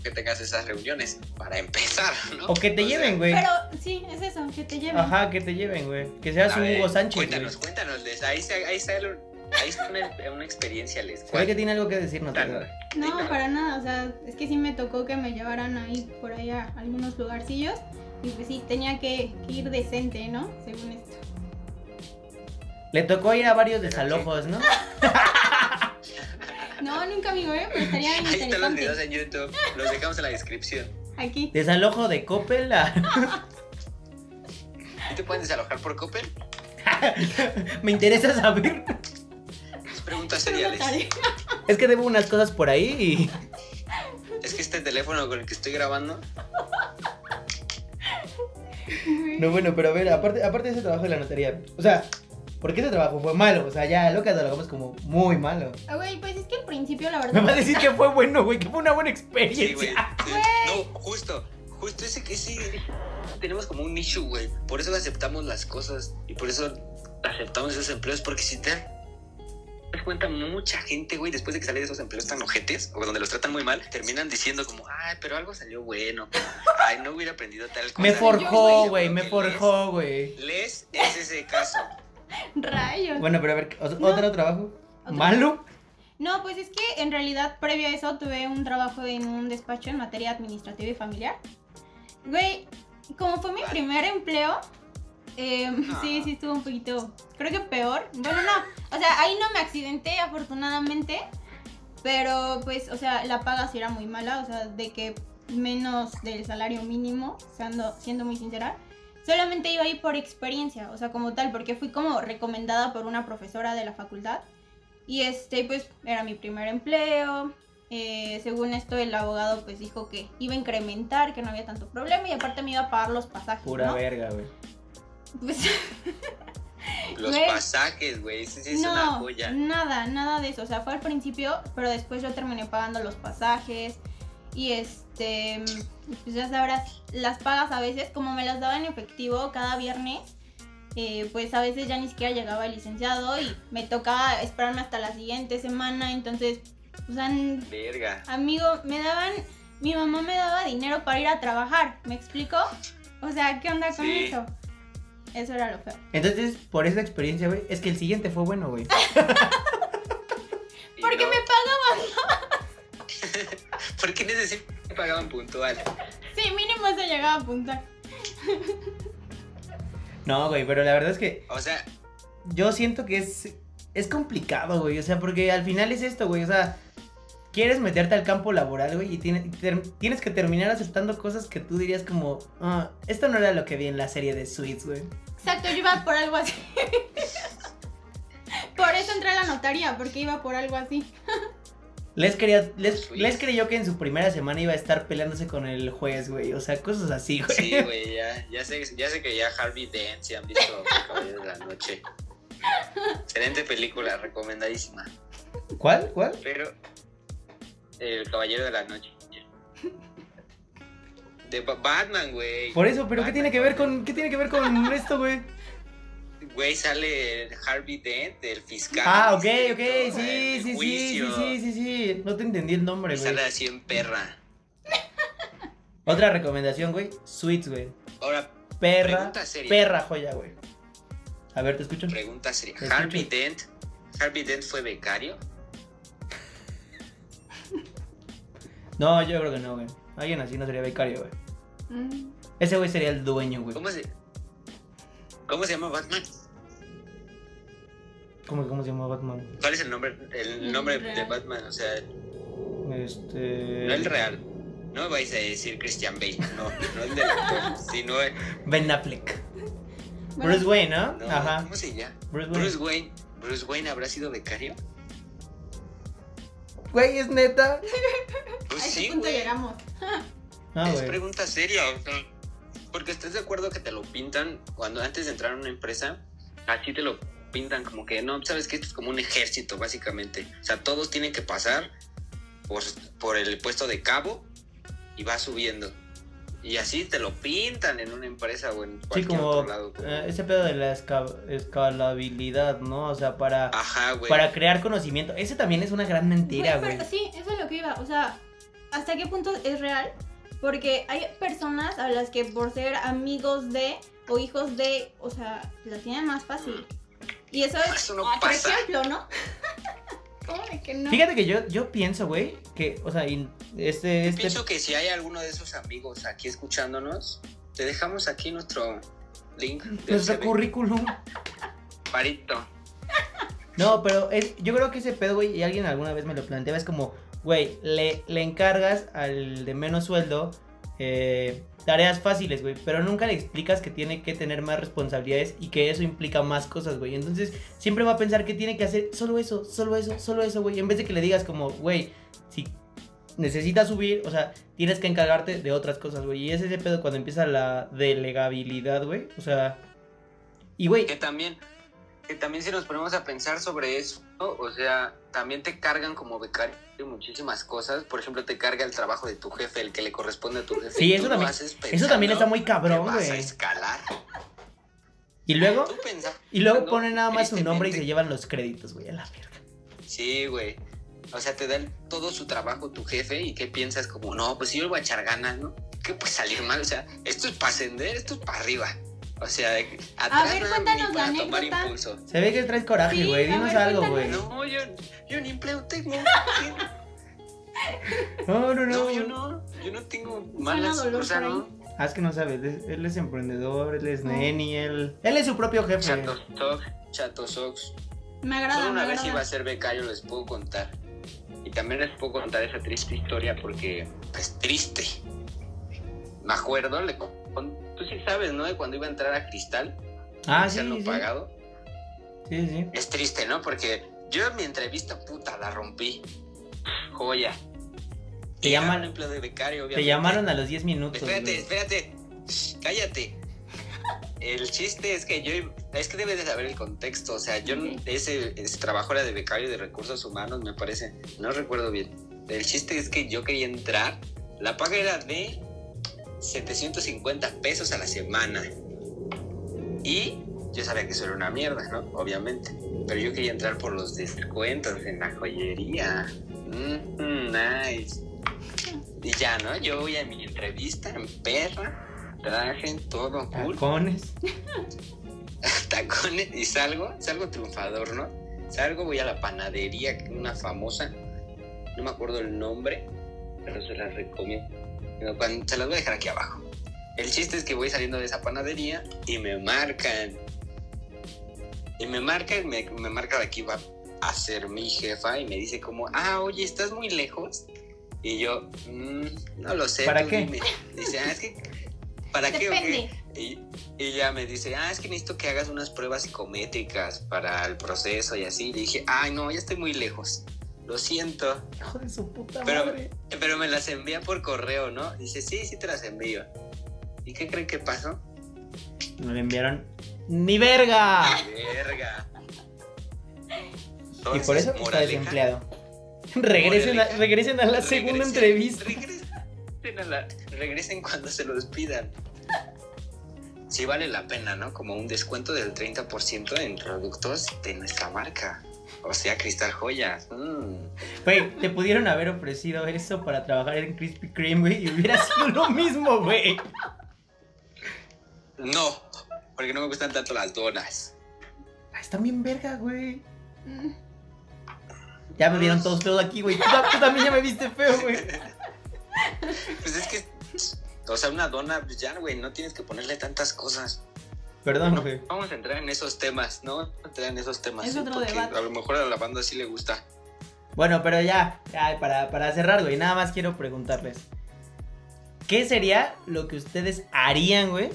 Speaker 3: que tengas esas reuniones para empezar, ¿no?
Speaker 1: o que te
Speaker 3: O sea,
Speaker 1: lleven, güey.
Speaker 4: Pero sí, es eso, que te lleven.
Speaker 1: Ajá, que te lleven, güey. Que seas
Speaker 3: em, a
Speaker 1: un
Speaker 3: ver,
Speaker 1: Hugo Sánchez, güey.
Speaker 3: Cuéntanos, cuéntanos, Les. Ahí, se- ahí, se- ahí está una, una experiencia, Les.
Speaker 1: Se ve que tiene algo que decirnos, güey.
Speaker 4: No,
Speaker 3: Dime.
Speaker 4: para nada, o sea, es que sí me tocó que me llevaran ahí por allá a algunos lugarcillos y pues sí, tenía que, que ir decente, ¿no? Según esto.
Speaker 1: Le tocó ir a varios
Speaker 3: Pero sí.
Speaker 1: desalojos, ¿no?
Speaker 4: No, nunca amigo, ¿eh? Pero estaría bien
Speaker 3: Ahí están los videos
Speaker 4: interesante.
Speaker 3: en YouTube. Los dejamos en la descripción.
Speaker 4: Aquí.
Speaker 1: Desalojo de Coppel a-
Speaker 3: ¿Y te pueden desalojar por Coppel?
Speaker 1: Me interesa saber.
Speaker 3: Les preguntas
Speaker 4: Pero
Speaker 3: seriales.
Speaker 4: no tarea.
Speaker 1: Es que debo unas cosas por ahí
Speaker 3: Es que este teléfono con el que estoy grabando.
Speaker 1: y... No, bueno, pero a ver, aparte, aparte de ese trabajo de la notaría, o sea, porque ese trabajo fue malo, o sea, ya lo catalogamos como muy malo.
Speaker 4: Ah, Güey, pues es que al principio la
Speaker 1: Me va a
Speaker 4: verdad...
Speaker 1: decir que fue bueno, güey, que fue una buena
Speaker 3: Sí, güey.
Speaker 1: experiencia.
Speaker 3: Sí. No, justo. Justo ese que sí. Tenemos como un issue, güey. Por eso aceptamos las cosas y por eso aceptamos esos empleos. Porque si te cuenta mucha gente, güey, después de que sale de esos empleos tan ojetes, o donde los tratan muy mal, terminan diciendo como, ay, pero algo salió bueno, ay, no hubiera aprendido tal cosa.
Speaker 1: Me forjó,
Speaker 3: Yo
Speaker 1: güey,
Speaker 3: creo
Speaker 1: me
Speaker 3: que
Speaker 1: forjó, güey.
Speaker 3: Les, les es ese caso.
Speaker 4: Rayos.
Speaker 1: Bueno, pero a ver, ¿o-
Speaker 4: No.
Speaker 1: ¿otro trabajo?
Speaker 4: Otro.
Speaker 1: ¿Malo?
Speaker 4: No, pues es que en realidad previo a eso tuve un trabajo en un despacho en materia administrativa y familiar. Güey, como fue mi primer empleo, eh,
Speaker 3: Ah.
Speaker 4: sí, sí estuvo un poquito, creo que peor. Bueno, no, o sea, ahí no me accidenté afortunadamente, pero pues, o sea, la paga sí era muy mala, o sea, de que menos del salario mínimo, siendo, siendo muy sincera. Solamente iba ahí por experiencia, o sea, como tal, porque fui como recomendada por una profesora de la facultad. Y este, pues, era mi primer empleo. Eh, según esto, el abogado pues dijo que iba a incrementar, que no había tanto problema y aparte me iba a pagar los pasajes.
Speaker 1: Pura
Speaker 4: ¿no?
Speaker 1: verga, güey.
Speaker 4: Pues,
Speaker 3: Los
Speaker 4: Güey.
Speaker 3: pasajes, güey, ese sí es una
Speaker 4: no,
Speaker 3: joya.
Speaker 4: nada, nada de eso. O sea, fue al principio, pero después yo terminé pagando los pasajes. Y este, y pues ya sabrás, las pagas a veces, como me las daba en efectivo cada viernes, eh, pues a veces ya ni siquiera llegaba el licenciado y me tocaba esperarme hasta la siguiente semana. Entonces, o sea, n-
Speaker 3: Verga.
Speaker 4: Amigo, me daban, mi mamá me daba dinero para ir a trabajar, ¿me explico? O sea, ¿qué onda con
Speaker 3: Sí.
Speaker 4: eso? Eso era lo feo.
Speaker 1: Entonces, por esa experiencia, güey, es que el siguiente fue bueno, güey.
Speaker 3: Y
Speaker 4: Porque
Speaker 3: no,
Speaker 4: me pagaban,
Speaker 3: ¿Por qué necesito que pagaban puntual?
Speaker 4: sí, mínimo eso llegaba a apuntar.
Speaker 1: No, güey, pero la verdad es que
Speaker 3: O sea,
Speaker 1: yo siento que es, es complicado, güey. O sea, porque al final es esto, güey. O sea, quieres meterte al campo laboral, güey, y tiene- ter- tienes que terminar aceptando cosas que tú dirías como, ah, esto no era lo que vi en la serie de Suits, güey.
Speaker 4: Exacto, yo iba por algo así. por eso entré a la notaría, porque iba por algo así.
Speaker 1: Les, quería, les,
Speaker 3: Suits.
Speaker 1: les creyó que en su primera semana iba a estar peleándose con el juez, güey. O sea, cosas así, güey.
Speaker 3: sí, güey, ya, ya, sé, ya sé que ya Harvey Dent se han visto Caballeros de la Noche. Excelente película, recomendadísima.
Speaker 1: ¿Cuál? ¿Cuál?
Speaker 3: Pero El Caballero de la Noche. De Ba- Batman, güey.
Speaker 1: Por eso, pero ¿qué
Speaker 3: Batman,
Speaker 1: tiene que ver
Speaker 3: Batman.
Speaker 1: con, qué tiene que ver con esto, güey?
Speaker 3: Güey, sale el Harvey Dent, el fiscal.
Speaker 1: Ah, ok,
Speaker 3: el
Speaker 1: ok,
Speaker 3: director,
Speaker 1: sí, sí, sí,
Speaker 3: el
Speaker 1: sí,
Speaker 3: juicio.
Speaker 1: sí, sí, sí. No te entendí el nombre,
Speaker 3: Y
Speaker 1: güey.
Speaker 3: Sale así en perra.
Speaker 1: Otra recomendación, güey. Sweets, güey.
Speaker 3: Ahora,
Speaker 1: Perra,
Speaker 3: pregunta seria.
Speaker 1: perra joya, güey. A ver, te escucho.
Speaker 3: Pregunta seria.
Speaker 1: Te
Speaker 3: Harvey
Speaker 1: escucho.
Speaker 3: Dent, Harvey Dent fue becario.
Speaker 1: No, yo creo que no, güey. Alguien así no sería becario, güey.
Speaker 4: Mm.
Speaker 1: Ese güey sería el dueño, güey.
Speaker 3: ¿Cómo se, ¿Cómo se llama Batman?
Speaker 1: ¿Cómo, que cómo se llama Batman?
Speaker 3: ¿Cuál es el nombre, el
Speaker 4: El
Speaker 3: nombre
Speaker 4: real.
Speaker 3: de Batman? O sea,
Speaker 1: Este.
Speaker 3: no el real. No me vais a decir Christian Bale, no, no el del actor, sino el,
Speaker 1: Ben Affleck.
Speaker 4: Bueno,
Speaker 1: Bruce Wayne, ¿no?
Speaker 3: no,
Speaker 1: Ajá.
Speaker 3: ¿cómo se llama?
Speaker 1: Bruce Wayne.
Speaker 3: Bruce Wayne. Bruce Wayne habrá sido becario.
Speaker 1: Güey, es neta.
Speaker 3: Pues
Speaker 4: a ese
Speaker 3: sí,
Speaker 4: punto
Speaker 3: güey.
Speaker 4: llegamos.
Speaker 1: No, Ah,
Speaker 3: es
Speaker 1: güey.
Speaker 3: pregunta seria, o sea, porque estás de acuerdo que te lo pintan cuando antes de entrar a una empresa, así te lo pintan como que no, sabes que esto es como un ejército básicamente, o sea, todos tienen que pasar por, por el puesto de cabo y va subiendo. Y así te lo pintan en una empresa o en
Speaker 1: Sí,
Speaker 3: cualquier
Speaker 1: como
Speaker 3: otro lado. como-
Speaker 1: eh, ese pedo de la esca- escalabilidad, ¿no? O sea, para,
Speaker 3: Ajá, Ah, güey.
Speaker 1: para crear conocimiento. Ese también es una gran mentira,
Speaker 4: Güey,
Speaker 1: güey.
Speaker 4: pero sí, eso es lo que iba. O sea, ¿hasta qué punto es real? Porque hay personas a las que por ser amigos de o hijos de, o sea, la tienen más fácil. Y eso es,
Speaker 3: Eso no
Speaker 4: ah,
Speaker 3: pasa.
Speaker 4: por ejemplo, ¿no? ¿Cómo de que no?
Speaker 1: Fíjate que yo, yo pienso, güey, que, o sea, y este, este
Speaker 3: Pienso que si hay alguno de esos amigos aquí escuchándonos, te dejamos aquí nuestro link del
Speaker 1: nuestro
Speaker 3: CV.
Speaker 1: currículum.
Speaker 3: Parito.
Speaker 1: No, pero es, yo creo que ese pedo, güey, y alguien alguna vez me lo planteaba, es como, güey, le, le encargas al de menos sueldo eh, tareas fáciles, güey, pero nunca le explicas que tiene que tener más responsabilidades y que eso implica más cosas, güey. Entonces, siempre va a pensar que tiene que hacer solo eso, solo eso, solo eso, güey, en vez de que le digas como, güey, si necesitas subir, o sea, tienes que encargarte de otras cosas, güey. Y es ese pedo cuando empieza la delegabilidad, güey, o sea... Y, güey,
Speaker 3: que también que también si nos ponemos a pensar sobre eso, ¿no? o sea, también te cargan como becario muchísimas cosas, por ejemplo, te carga el trabajo de tu jefe, el que le corresponde a tu jefe.
Speaker 1: Sí,
Speaker 3: y
Speaker 1: eso
Speaker 3: tú lo
Speaker 1: también-
Speaker 3: haces
Speaker 1: eso también está
Speaker 3: pensando
Speaker 1: muy
Speaker 3: que
Speaker 1: cabrón,
Speaker 3: vas a
Speaker 1: güey.
Speaker 3: escalar.
Speaker 1: Y luego...
Speaker 3: Tú pensando
Speaker 1: Y luego ponen nada más su nombre y se
Speaker 3: tristemente,
Speaker 1: llevan los créditos, güey, a la verga.
Speaker 3: Sí, güey. O sea, te da el- todo su trabajo tu jefe y qué piensas como, no, pues si yo le voy a echar ganas, ¿no? ¿Qué puede salir mal? O sea, esto es para ascender, esto es para arriba. O sea, atrás
Speaker 4: ver,
Speaker 3: no, ni
Speaker 4: cuéntanos la
Speaker 3: para tomar
Speaker 4: anécdota.
Speaker 3: impulso.
Speaker 1: Se ve que traes coraje,
Speaker 4: Sí,
Speaker 1: güey.
Speaker 4: a
Speaker 1: Dinos
Speaker 4: ver,
Speaker 1: algo, güey.
Speaker 4: cuéntanos.
Speaker 3: No, yo, yo ni empleo tengo.
Speaker 1: No, no,
Speaker 3: No, yo
Speaker 1: no.
Speaker 3: no, yo no tengo malas,
Speaker 4: dolor
Speaker 3: o sea,
Speaker 4: por ahí.
Speaker 3: no.
Speaker 1: Ah, es que no sabes. es- Él es emprendedor, él es
Speaker 4: No.
Speaker 1: neni, él. Él es su propio jefe.
Speaker 3: Chato Sox, Chato Sox.
Speaker 4: Me agrada,
Speaker 3: Solo
Speaker 4: me
Speaker 3: una vez iba a
Speaker 4: agrada.
Speaker 3: ser becario, les puedo contar. Y también les puedo contar esa triste historia porque es triste. Me acuerdo, le con- con- tú sí sabes, ¿no? De cuando iba a entrar a Cristal,
Speaker 1: Ah, sí.
Speaker 3: hacerlo
Speaker 1: Sí,
Speaker 3: pagado.
Speaker 1: sí. sí.
Speaker 3: Es triste, ¿no? Porque yo en mi entrevista, puta, la rompí. Joya.
Speaker 1: Te
Speaker 3: Y
Speaker 1: llaman-
Speaker 3: era un empleo de becario,
Speaker 1: Te
Speaker 3: obviamente.
Speaker 1: llamaron a los 10 minutos.
Speaker 3: Espérate,
Speaker 1: güey.
Speaker 3: espérate. Shh, Cállate. El chiste es que yo. Es que debes de saber el contexto. O sea, yo. no-
Speaker 4: Ok.
Speaker 3: Ese, ese trabajo era de becario de recursos humanos, me parece. No recuerdo bien. El chiste es que yo quería entrar. La paga era de 750 pesos a la semana. Y yo sabía que eso era una mierda, ¿no? Obviamente. Pero yo quería entrar por los descuentos en la joyería. Mm, nice. Y ya, ¿no? Yo voy a mi entrevista en perra, traje todo cool,
Speaker 1: Tacones.
Speaker 3: tacones y salgo, salgo triunfador, ¿no? Salgo, voy a la panadería, una famosa, no me acuerdo el nombre, pero se las recomiendo. Pero cuando- se las voy a dejar aquí abajo. El chiste es que voy saliendo de esa panadería y me marcan. Y me marcan, me, me marca de aquí va a ser mi jefa y me dice como, ah, oye, estás muy lejos. Y yo, "Mm, no lo sé.
Speaker 1: ¿Para
Speaker 3: tú
Speaker 1: qué?
Speaker 3: dime". Dice, ah, es que, ¿para qué? o qué?"
Speaker 4: Depende.
Speaker 3: Y, y ya me dice, ah, es que necesito que hagas unas pruebas psicométricas para el proceso y así. Le dije, ay, no, ya estoy muy lejos. Lo siento.
Speaker 1: Hijo de su puta
Speaker 3: Pero-
Speaker 1: madre.
Speaker 3: Pero me las envía por correo, ¿no? Dice, sí, sí te las envío. ¿Y qué creen que pasó?
Speaker 1: No le enviaron. ¡Ni verga!
Speaker 3: Verga.
Speaker 1: Y por eso
Speaker 3: Entonces,
Speaker 1: está
Speaker 3: moraleja,
Speaker 1: desempleado. Regresen a,
Speaker 3: Moraleja.
Speaker 1: regresen a la segunda entrevista.
Speaker 3: Regresen, a la- regresen cuando se los pidan. Sí vale la pena, ¿no? Como un descuento del 30% en productos de nuestra marca. O sea, Cristal Joyas. Mm.
Speaker 1: Güey, te pudieron haber ofrecido eso para trabajar en Krispy Kreme, güey, y hubiera sido lo mismo, güey.
Speaker 3: No, porque no me gustan tanto las donas.
Speaker 1: Ah, Están bien verga, güey. Ya me vieron todos feos aquí, güey. Tú, ta- tú también ya me viste feo, güey.
Speaker 3: Pues es que, o sea, una dona, pues ya, güey, no tienes que ponerle tantas cosas.
Speaker 1: Perdón, güey.
Speaker 3: Vamos a entrar en esos temas, ¿no? Vamos a entrar en esos temas.
Speaker 4: Es
Speaker 3: sí,
Speaker 4: otro
Speaker 3: porque
Speaker 4: debate.
Speaker 3: A lo mejor a la banda sí le gusta.
Speaker 1: Bueno, pero ya, ya, para, para cerrar, güey, nada más quiero preguntarles. ¿Qué sería lo que ustedes harían, güey,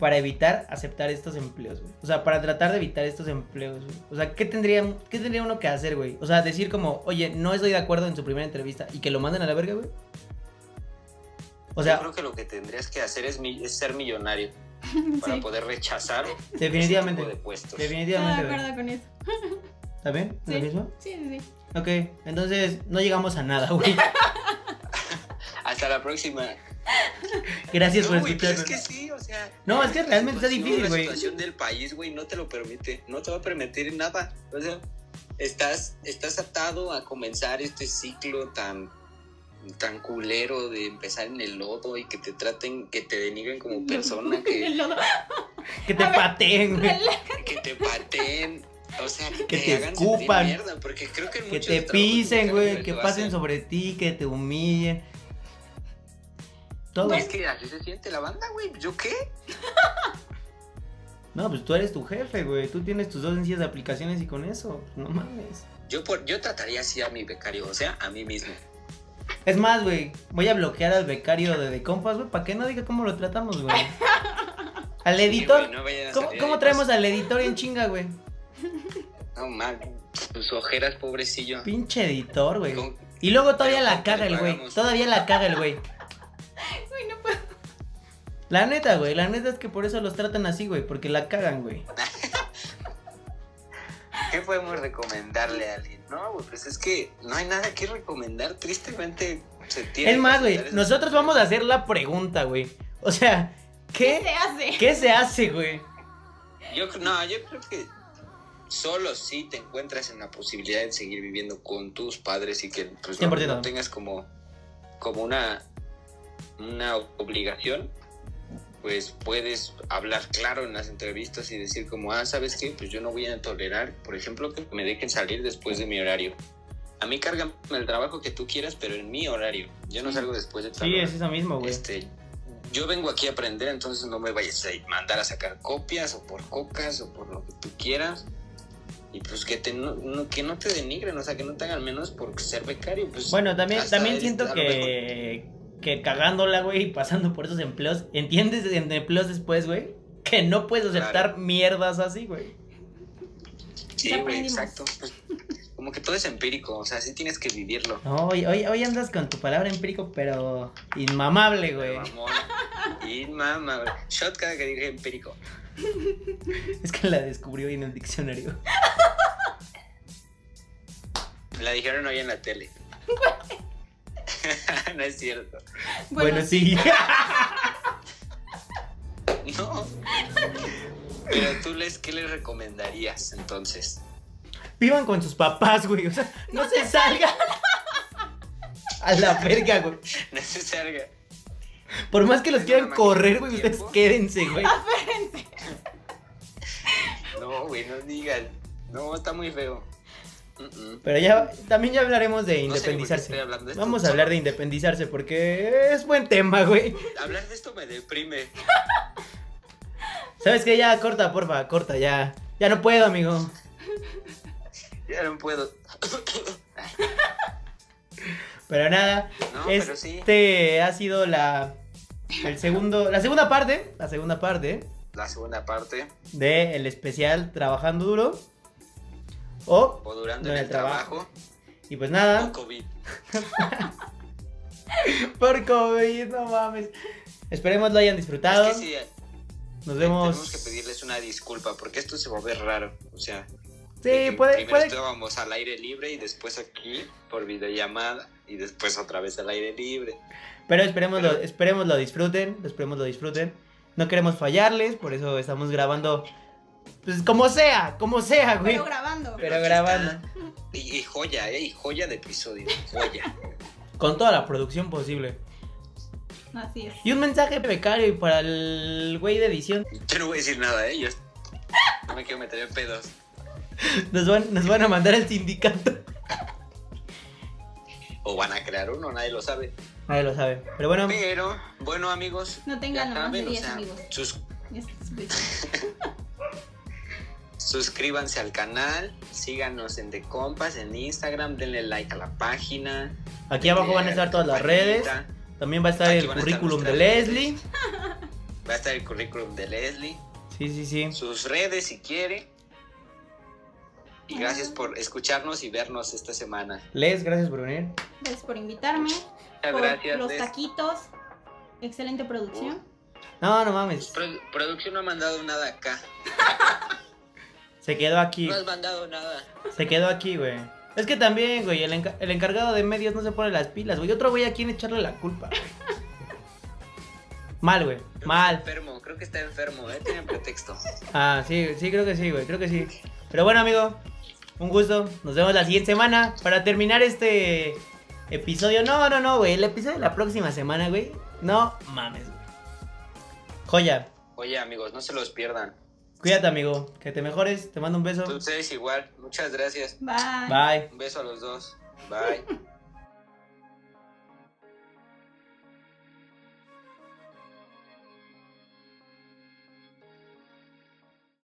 Speaker 1: para evitar aceptar estos empleos, güey? O sea, para tratar de evitar estos empleos, güey. O sea, ¿qué tendría, qué tendría uno que hacer, güey? O sea, decir como, oye, no estoy de acuerdo en su primera entrevista y que lo manden a la verga, güey. O
Speaker 3: Yo
Speaker 1: sea,
Speaker 3: creo que lo que tendrías que hacer es, mi- es ser millonario para
Speaker 4: Sí,
Speaker 3: poder rechazar ese Este tipo
Speaker 1: definitivamente.
Speaker 3: de puestos.
Speaker 4: estoy de
Speaker 1: Definitivamente, güey.
Speaker 4: acuerdo con eso.
Speaker 1: ¿Está bien? ¿Lo
Speaker 4: Sí.
Speaker 1: mismo?
Speaker 4: Sí, sí, sí.
Speaker 1: Ok, entonces no llegamos a nada, güey.
Speaker 3: Hasta la próxima.
Speaker 1: Gracias
Speaker 3: no,
Speaker 1: por
Speaker 3: güey, pero
Speaker 1: escucharnos.
Speaker 3: es que sí, o sea.
Speaker 1: pues, No, es que realmente está
Speaker 3: situación-
Speaker 1: difícil, güey.
Speaker 3: La situación del país, güey, no te lo permite. No te va a permitir nada. O sea, estás, estás atado a comenzar este ciclo tan tan culero de empezar en el lodo y que te traten, que te denigren como persona, que
Speaker 4: El lodo.
Speaker 1: Que te
Speaker 4: A ver,
Speaker 1: pateen, güey.
Speaker 4: Rela-
Speaker 3: que te pateen, o sea, que,
Speaker 1: Que
Speaker 3: te,
Speaker 1: te
Speaker 3: hagan sentir
Speaker 1: escupan.
Speaker 3: mierda, porque creo que, en
Speaker 1: Que
Speaker 3: muchos
Speaker 1: te
Speaker 3: trabajos
Speaker 1: pisen, güey,
Speaker 3: mexicanos
Speaker 1: que
Speaker 3: lo
Speaker 1: pasen
Speaker 3: hacen.
Speaker 1: sobre ti, que te humillen. Todo.
Speaker 3: Es que así se siente la banda, güey, ¿yo qué?
Speaker 1: No, pues tú eres tu jefe, güey. Tú tienes tus dos sencillas de aplicaciones y con eso, no mames.
Speaker 3: Yo, por, yo trataría así a mi becario, o sea, a mí mismo.
Speaker 1: Es más, güey, voy a bloquear al becario de, de compas, güey, para que no diga cómo lo tratamos, güey. Al
Speaker 3: Sí,
Speaker 1: editor.
Speaker 3: güey, no vayan a
Speaker 1: ¿Cómo,
Speaker 3: salir
Speaker 1: cómo
Speaker 3: ahí,
Speaker 1: traemos
Speaker 3: pues,
Speaker 1: al editor en chinga, güey?
Speaker 3: No, man, sus ojeras, pobrecillo.
Speaker 1: Pinche editor, güey.
Speaker 3: Con-
Speaker 1: Y luego todavía
Speaker 3: Pero
Speaker 1: la
Speaker 3: ¿cuánto
Speaker 1: caga
Speaker 3: le
Speaker 1: el güey.
Speaker 3: pagamos?
Speaker 1: Todavía la caga el güey.
Speaker 4: Uy, no puedo.
Speaker 1: La neta, güey. La neta es que por eso los tratan así, güey. Porque la cagan, güey.
Speaker 3: ¿Qué podemos recomendarle a alguien? No, güey, pues es que no hay nada que recomendar, tristemente se tiene
Speaker 1: Es más,
Speaker 3: que
Speaker 1: güey,
Speaker 3: aceptar eso.
Speaker 1: nosotros vamos a hacer la pregunta, güey. O sea,
Speaker 4: ¿Qué
Speaker 1: ¿qué,
Speaker 4: se hace?
Speaker 1: ¿qué se hace, güey?
Speaker 3: Yo, no, yo creo que Solo si te encuentras en la posibilidad de seguir viviendo con tus padres y que pues, no,
Speaker 1: 100%.
Speaker 3: no tengas como, como una, una obligación, pues puedes hablar claro en las entrevistas y decir como, ah, ¿sabes qué? Pues yo no voy a tolerar, por ejemplo, que me dejen salir después de mi horario. A mí cargan el trabajo que tú quieras, pero en mi horario. Yo no
Speaker 4: Sí.
Speaker 3: salgo después de tal
Speaker 1: Sí,
Speaker 3: hora.
Speaker 1: es eso mismo, güey.
Speaker 3: Este, yo vengo aquí a aprender, entonces no me vayas a mandar a sacar copias o por cocas o por lo que tú quieras. Y pues que, te, no, no- que no te denigren, o sea, que no te hagan menos por ser becario. Pues
Speaker 1: Bueno, también,
Speaker 3: hasta
Speaker 1: también
Speaker 3: es- a
Speaker 1: siento
Speaker 3: lo
Speaker 1: que, que cagándola, güey, y pasando por esos empleos, ¿entiendes en empleos después, güey? Que no puedes aceptar mierdas así, güey.
Speaker 3: mejor- Sí,
Speaker 4: Ya
Speaker 3: güey,
Speaker 4: aprendimos.
Speaker 3: exacto. Pues, como que todo es empírico, o sea, sí tienes que vivirlo.
Speaker 1: No, hoy, hoy, hoy andas con tu palabra empírico, pero inmamable, güey.
Speaker 3: Mamón. Y mamá, güey. shot cada que dije empírico.
Speaker 1: Es que la descubrió hoy en el diccionario.
Speaker 3: Me la dijeron hoy en la tele. no es cierto.
Speaker 1: Bueno, sí.
Speaker 3: No. Pero tú, les, ¿qué les recomendarías entonces?
Speaker 1: Vivan con sus papás, güey. O sea, no, se salgan. A la verga, güey.
Speaker 3: No se salga.
Speaker 1: Por más que los
Speaker 3: Es
Speaker 1: quieran
Speaker 3: una máquina
Speaker 1: correr,
Speaker 3: del
Speaker 1: güey, ustedes
Speaker 3: tiempo.
Speaker 1: quédense, güey.
Speaker 3: No, güey, no digan. No, está muy feo. Mm, mm.
Speaker 1: Pero ya, también ya hablaremos de
Speaker 3: No sé ni por qué estoy
Speaker 1: independizarse.
Speaker 3: hablando de esto.
Speaker 1: Vamos a hablar de independizarse porque es buen tema, güey.
Speaker 3: Hablar de esto me deprime.
Speaker 1: ¿Sabes qué? Ya, corta, porfa, corta, ya. Ya no puedo, amigo.
Speaker 3: Ya no puedo.
Speaker 1: Pero nada,
Speaker 3: No, pero sí.
Speaker 1: este ha sido la. El segundo. La segunda parte. La segunda parte
Speaker 3: La segunda parte.
Speaker 1: de el especial Trabajando Duro. O.
Speaker 3: O durando
Speaker 1: No,
Speaker 3: en
Speaker 1: el
Speaker 3: el trabajo.
Speaker 1: Y pues
Speaker 3: O
Speaker 1: nada.
Speaker 3: COVID.
Speaker 1: Por COVID, no mames. Esperemos lo hayan disfrutado.
Speaker 3: Es que sí, eh,
Speaker 1: Nos
Speaker 3: tenemos que
Speaker 1: vemos.
Speaker 3: pedirles una disculpa porque esto se va a ver raro. O sea, de
Speaker 1: Sí,
Speaker 3: que
Speaker 1: puede,
Speaker 3: primero
Speaker 1: puede.
Speaker 3: estábamos al aire libre y después aquí por videollamada y después otra vez al aire libre.
Speaker 1: Pero esperemos lo, esperemos lo disfruten, esperemos lo disfruten. No queremos fallarles, por eso estamos grabando. Pues como sea, como sea, güey.
Speaker 4: Pero grabando.
Speaker 1: Pero
Speaker 3: aquí
Speaker 1: grabando.
Speaker 3: está. Y, y joya, ¿eh? Y joya de episodio. Joya.
Speaker 1: Con toda la producción posible.
Speaker 4: Así es.
Speaker 1: Y un mensaje becario y para el güey de edición.
Speaker 3: Yo no voy a decir nada, ¿eh? Yo no me quiero meter en pedos.
Speaker 1: Nos van, nos van a mandar al sindicato.
Speaker 3: O van a crear uno, nadie lo sabe.
Speaker 1: Nadie lo sabe. Pero bueno,
Speaker 3: Pero, bueno, amigos.
Speaker 4: No tengan
Speaker 3: ya
Speaker 4: nomás de
Speaker 3: saben, o
Speaker 4: 10
Speaker 3: sea,
Speaker 4: amigos.
Speaker 3: sus-
Speaker 4: Ya se escucha.
Speaker 3: suscríbanse al canal, síganos en The Compas, en Instagram, denle like a la página.
Speaker 1: aquí abajo van a estar todas las redes.
Speaker 3: campanita.
Speaker 1: También va a estar
Speaker 3: Aquí
Speaker 1: el
Speaker 3: van a estar
Speaker 1: currículum de
Speaker 3: nuestras
Speaker 1: Leslie.
Speaker 3: Va a estar el currículum de Leslie.
Speaker 1: Sí, sí, sí.
Speaker 3: Sus redes si quiere.
Speaker 4: Ah.
Speaker 3: Y gracias por escucharnos y vernos esta semana.
Speaker 1: Les, gracias por venir.
Speaker 4: Gracias por invitarme.
Speaker 3: Muchas
Speaker 4: por
Speaker 3: gracias.
Speaker 4: los
Speaker 3: Les.
Speaker 4: taquitos. Excelente producción.
Speaker 1: No, no mames.
Speaker 3: Pro- producción no ha mandado nada acá.
Speaker 1: Se quedó aquí.
Speaker 3: No has mandado nada.
Speaker 1: Se quedó aquí, güey. Es que también, güey, el, enca- el encargado de medios no se pone las pilas, güey. Otro güey a quien echarle la culpa. Mal, güey.
Speaker 3: Creo que
Speaker 1: Mal.
Speaker 3: está enfermo, creo que está enfermo, ¿eh? Tiene pretexto.
Speaker 1: Ah, sí, sí, creo que sí, güey. Creo que sí. Pero bueno, amigo. Un gusto. Nos vemos la siguiente semana para terminar este episodio. No, no, no, güey. El episodio de la próxima semana, güey. No mames, güey. Joya.
Speaker 3: Oye, amigos, no se los pierdan.
Speaker 1: Cuídate, amigo. Que te mejores. Te mando un beso.
Speaker 3: Ustedes igual. Muchas gracias.
Speaker 4: Bye.
Speaker 1: Bye.
Speaker 3: Un beso a los dos. Bye.